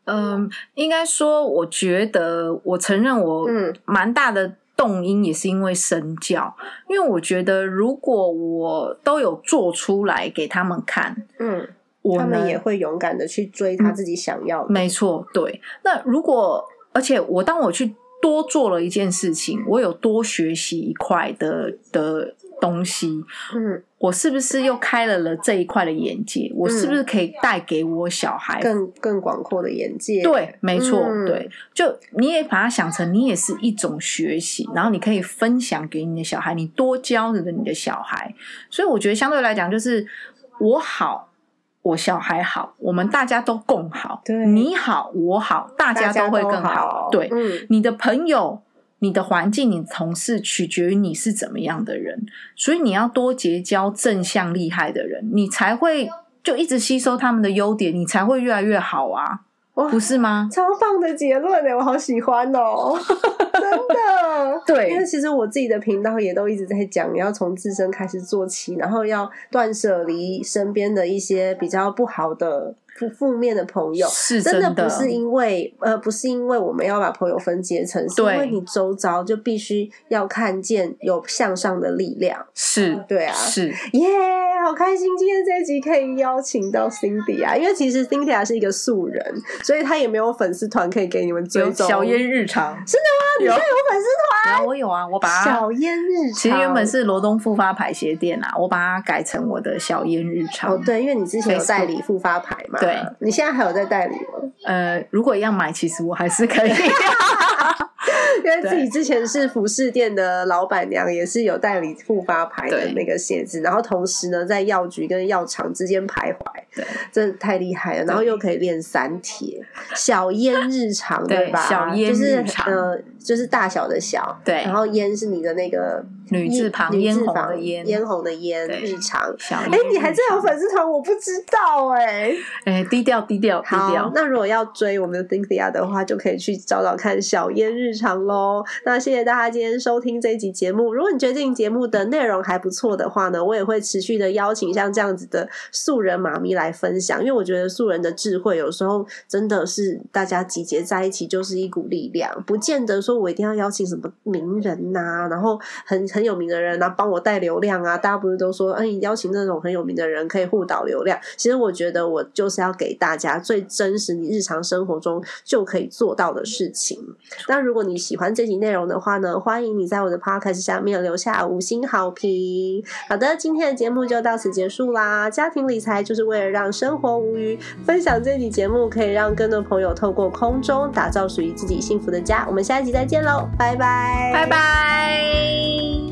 C: 嗯，应该说，我觉得我承认我
D: 嗯
C: 蛮大的动因也是因为身教，因为我觉得如果我都有做出来给他们看，
D: 嗯，
C: 我嗯
D: 他们
C: 能
D: 也会勇敢的去追他自己想要的。
C: 没错，对。那如果而且我当我去多做了一件事情，我有多学习一块的的东西，
D: 嗯，
C: 我是不是又开了了这一块的眼界？我是不
D: 嗯
C: 是可以带给我小孩？
D: 更更广阔的眼界。，
C: 对，没错，
D: 嗯
C: 对，就你也把它想成，你也是一种学习，然后你可以分享给你的小孩，你多教着你的小孩，所以我觉得相对来讲，就是我好，我小孩好，我们大家都共好，
D: 对
C: 你好，我好，大
D: 大
C: 家
D: 家
C: 都会
D: 都
C: 更
D: 好
C: 对，
D: 嗯
C: 你的朋友。你的环境、你的同事取决于你是怎么样的人，所以你要多结交正向厉害的人，你才会就一直吸收他们的优点，你才会越来越好啊，
D: 哇
C: 不是吗？
D: 超棒的结论哎，我好喜欢 哦，真的。
C: 对
D: 因为其实我自己的频道也都一直在讲，你要从自身开始做起，然后要断舍离身边的一些比较不好的、负负面的朋友。
C: 是
D: 真
C: 的
D: 的不是因为呃，不是因为我们要把朋友分阶层，是因
C: 对
D: 为你周遭就必须要看见有向上的力量。
C: 是
D: 对啊
C: 是
D: 耶、好开心！今天这一集可以邀请到 Cindy 啊，因为其实 Cindy 啊是一个素人，所以她也没有粉丝团可以给你们追
C: 有
D: 踪。
C: 小烟日常，真的吗？有
D: 有粉丝
C: 然后我有啊，我把
D: 团，
C: 它
D: 小烟日常。
C: 其实原本是罗东复发牌鞋店啊，我把它改成我的小烟日常。
D: 哦，对，因为你之前有代理复发牌嘛，
C: 对，
D: 你现在还有在代理吗？
C: 呃，如果要买，其实我还是 可以。
D: 因为自己之前是服饰店的老板娘，也是有代理复发牌的
C: 对
D: 那个鞋子，然后同时呢，在药局跟药厂之间徘徊，
C: 对
D: 真的太厉害了。然后又可以练三铁，小烟日常
C: 对
D: 吧？
C: 小烟
D: 就是
C: 日常
D: 呃，就是大小的小，
C: 对
D: 然后烟是你的那个
C: 女字旁，
D: 女
C: 嫣
D: 字
C: 红
D: 旁
C: 的嫣，
D: 嫣红的嫣，
C: 对
D: 日常。
C: 小烟
D: 哎，你还真有
C: 日常？
D: 粉丝团，我不知道哎、
C: 哎，低调低调低
D: 好
C: 调，。
D: 那如果要追我们的 Cynthia 的话，就可以去找找看小烟日常喽。那谢谢大家今天收听这一集节目。如果你觉得这集节目的内容还不错的话呢，我也会持续的邀请像这样子的素人妈咪来分享，因为我觉得素人的智慧有时候真的是大家集结在一起就是一股力量，不见得说我一定要邀请什么名人呐、然后很很有名的人啊，帮我带流量啊。大家不是都说，哎，你邀请那种很有名的人可以互导流量？其实我觉得我就是要给大家最真实你日常生活中就可以做到的事情。那如果你喜欢这集内容的话呢，欢迎你在我的 podcast 下面留下五星好评。好的，今天的节目就到此结束啦。家庭理财就是为了让生活无虞，分享这集节目可以让更多朋友透过空中打造属于自己幸福的家。我们下一集再见喽，拜拜，
C: 拜。拜。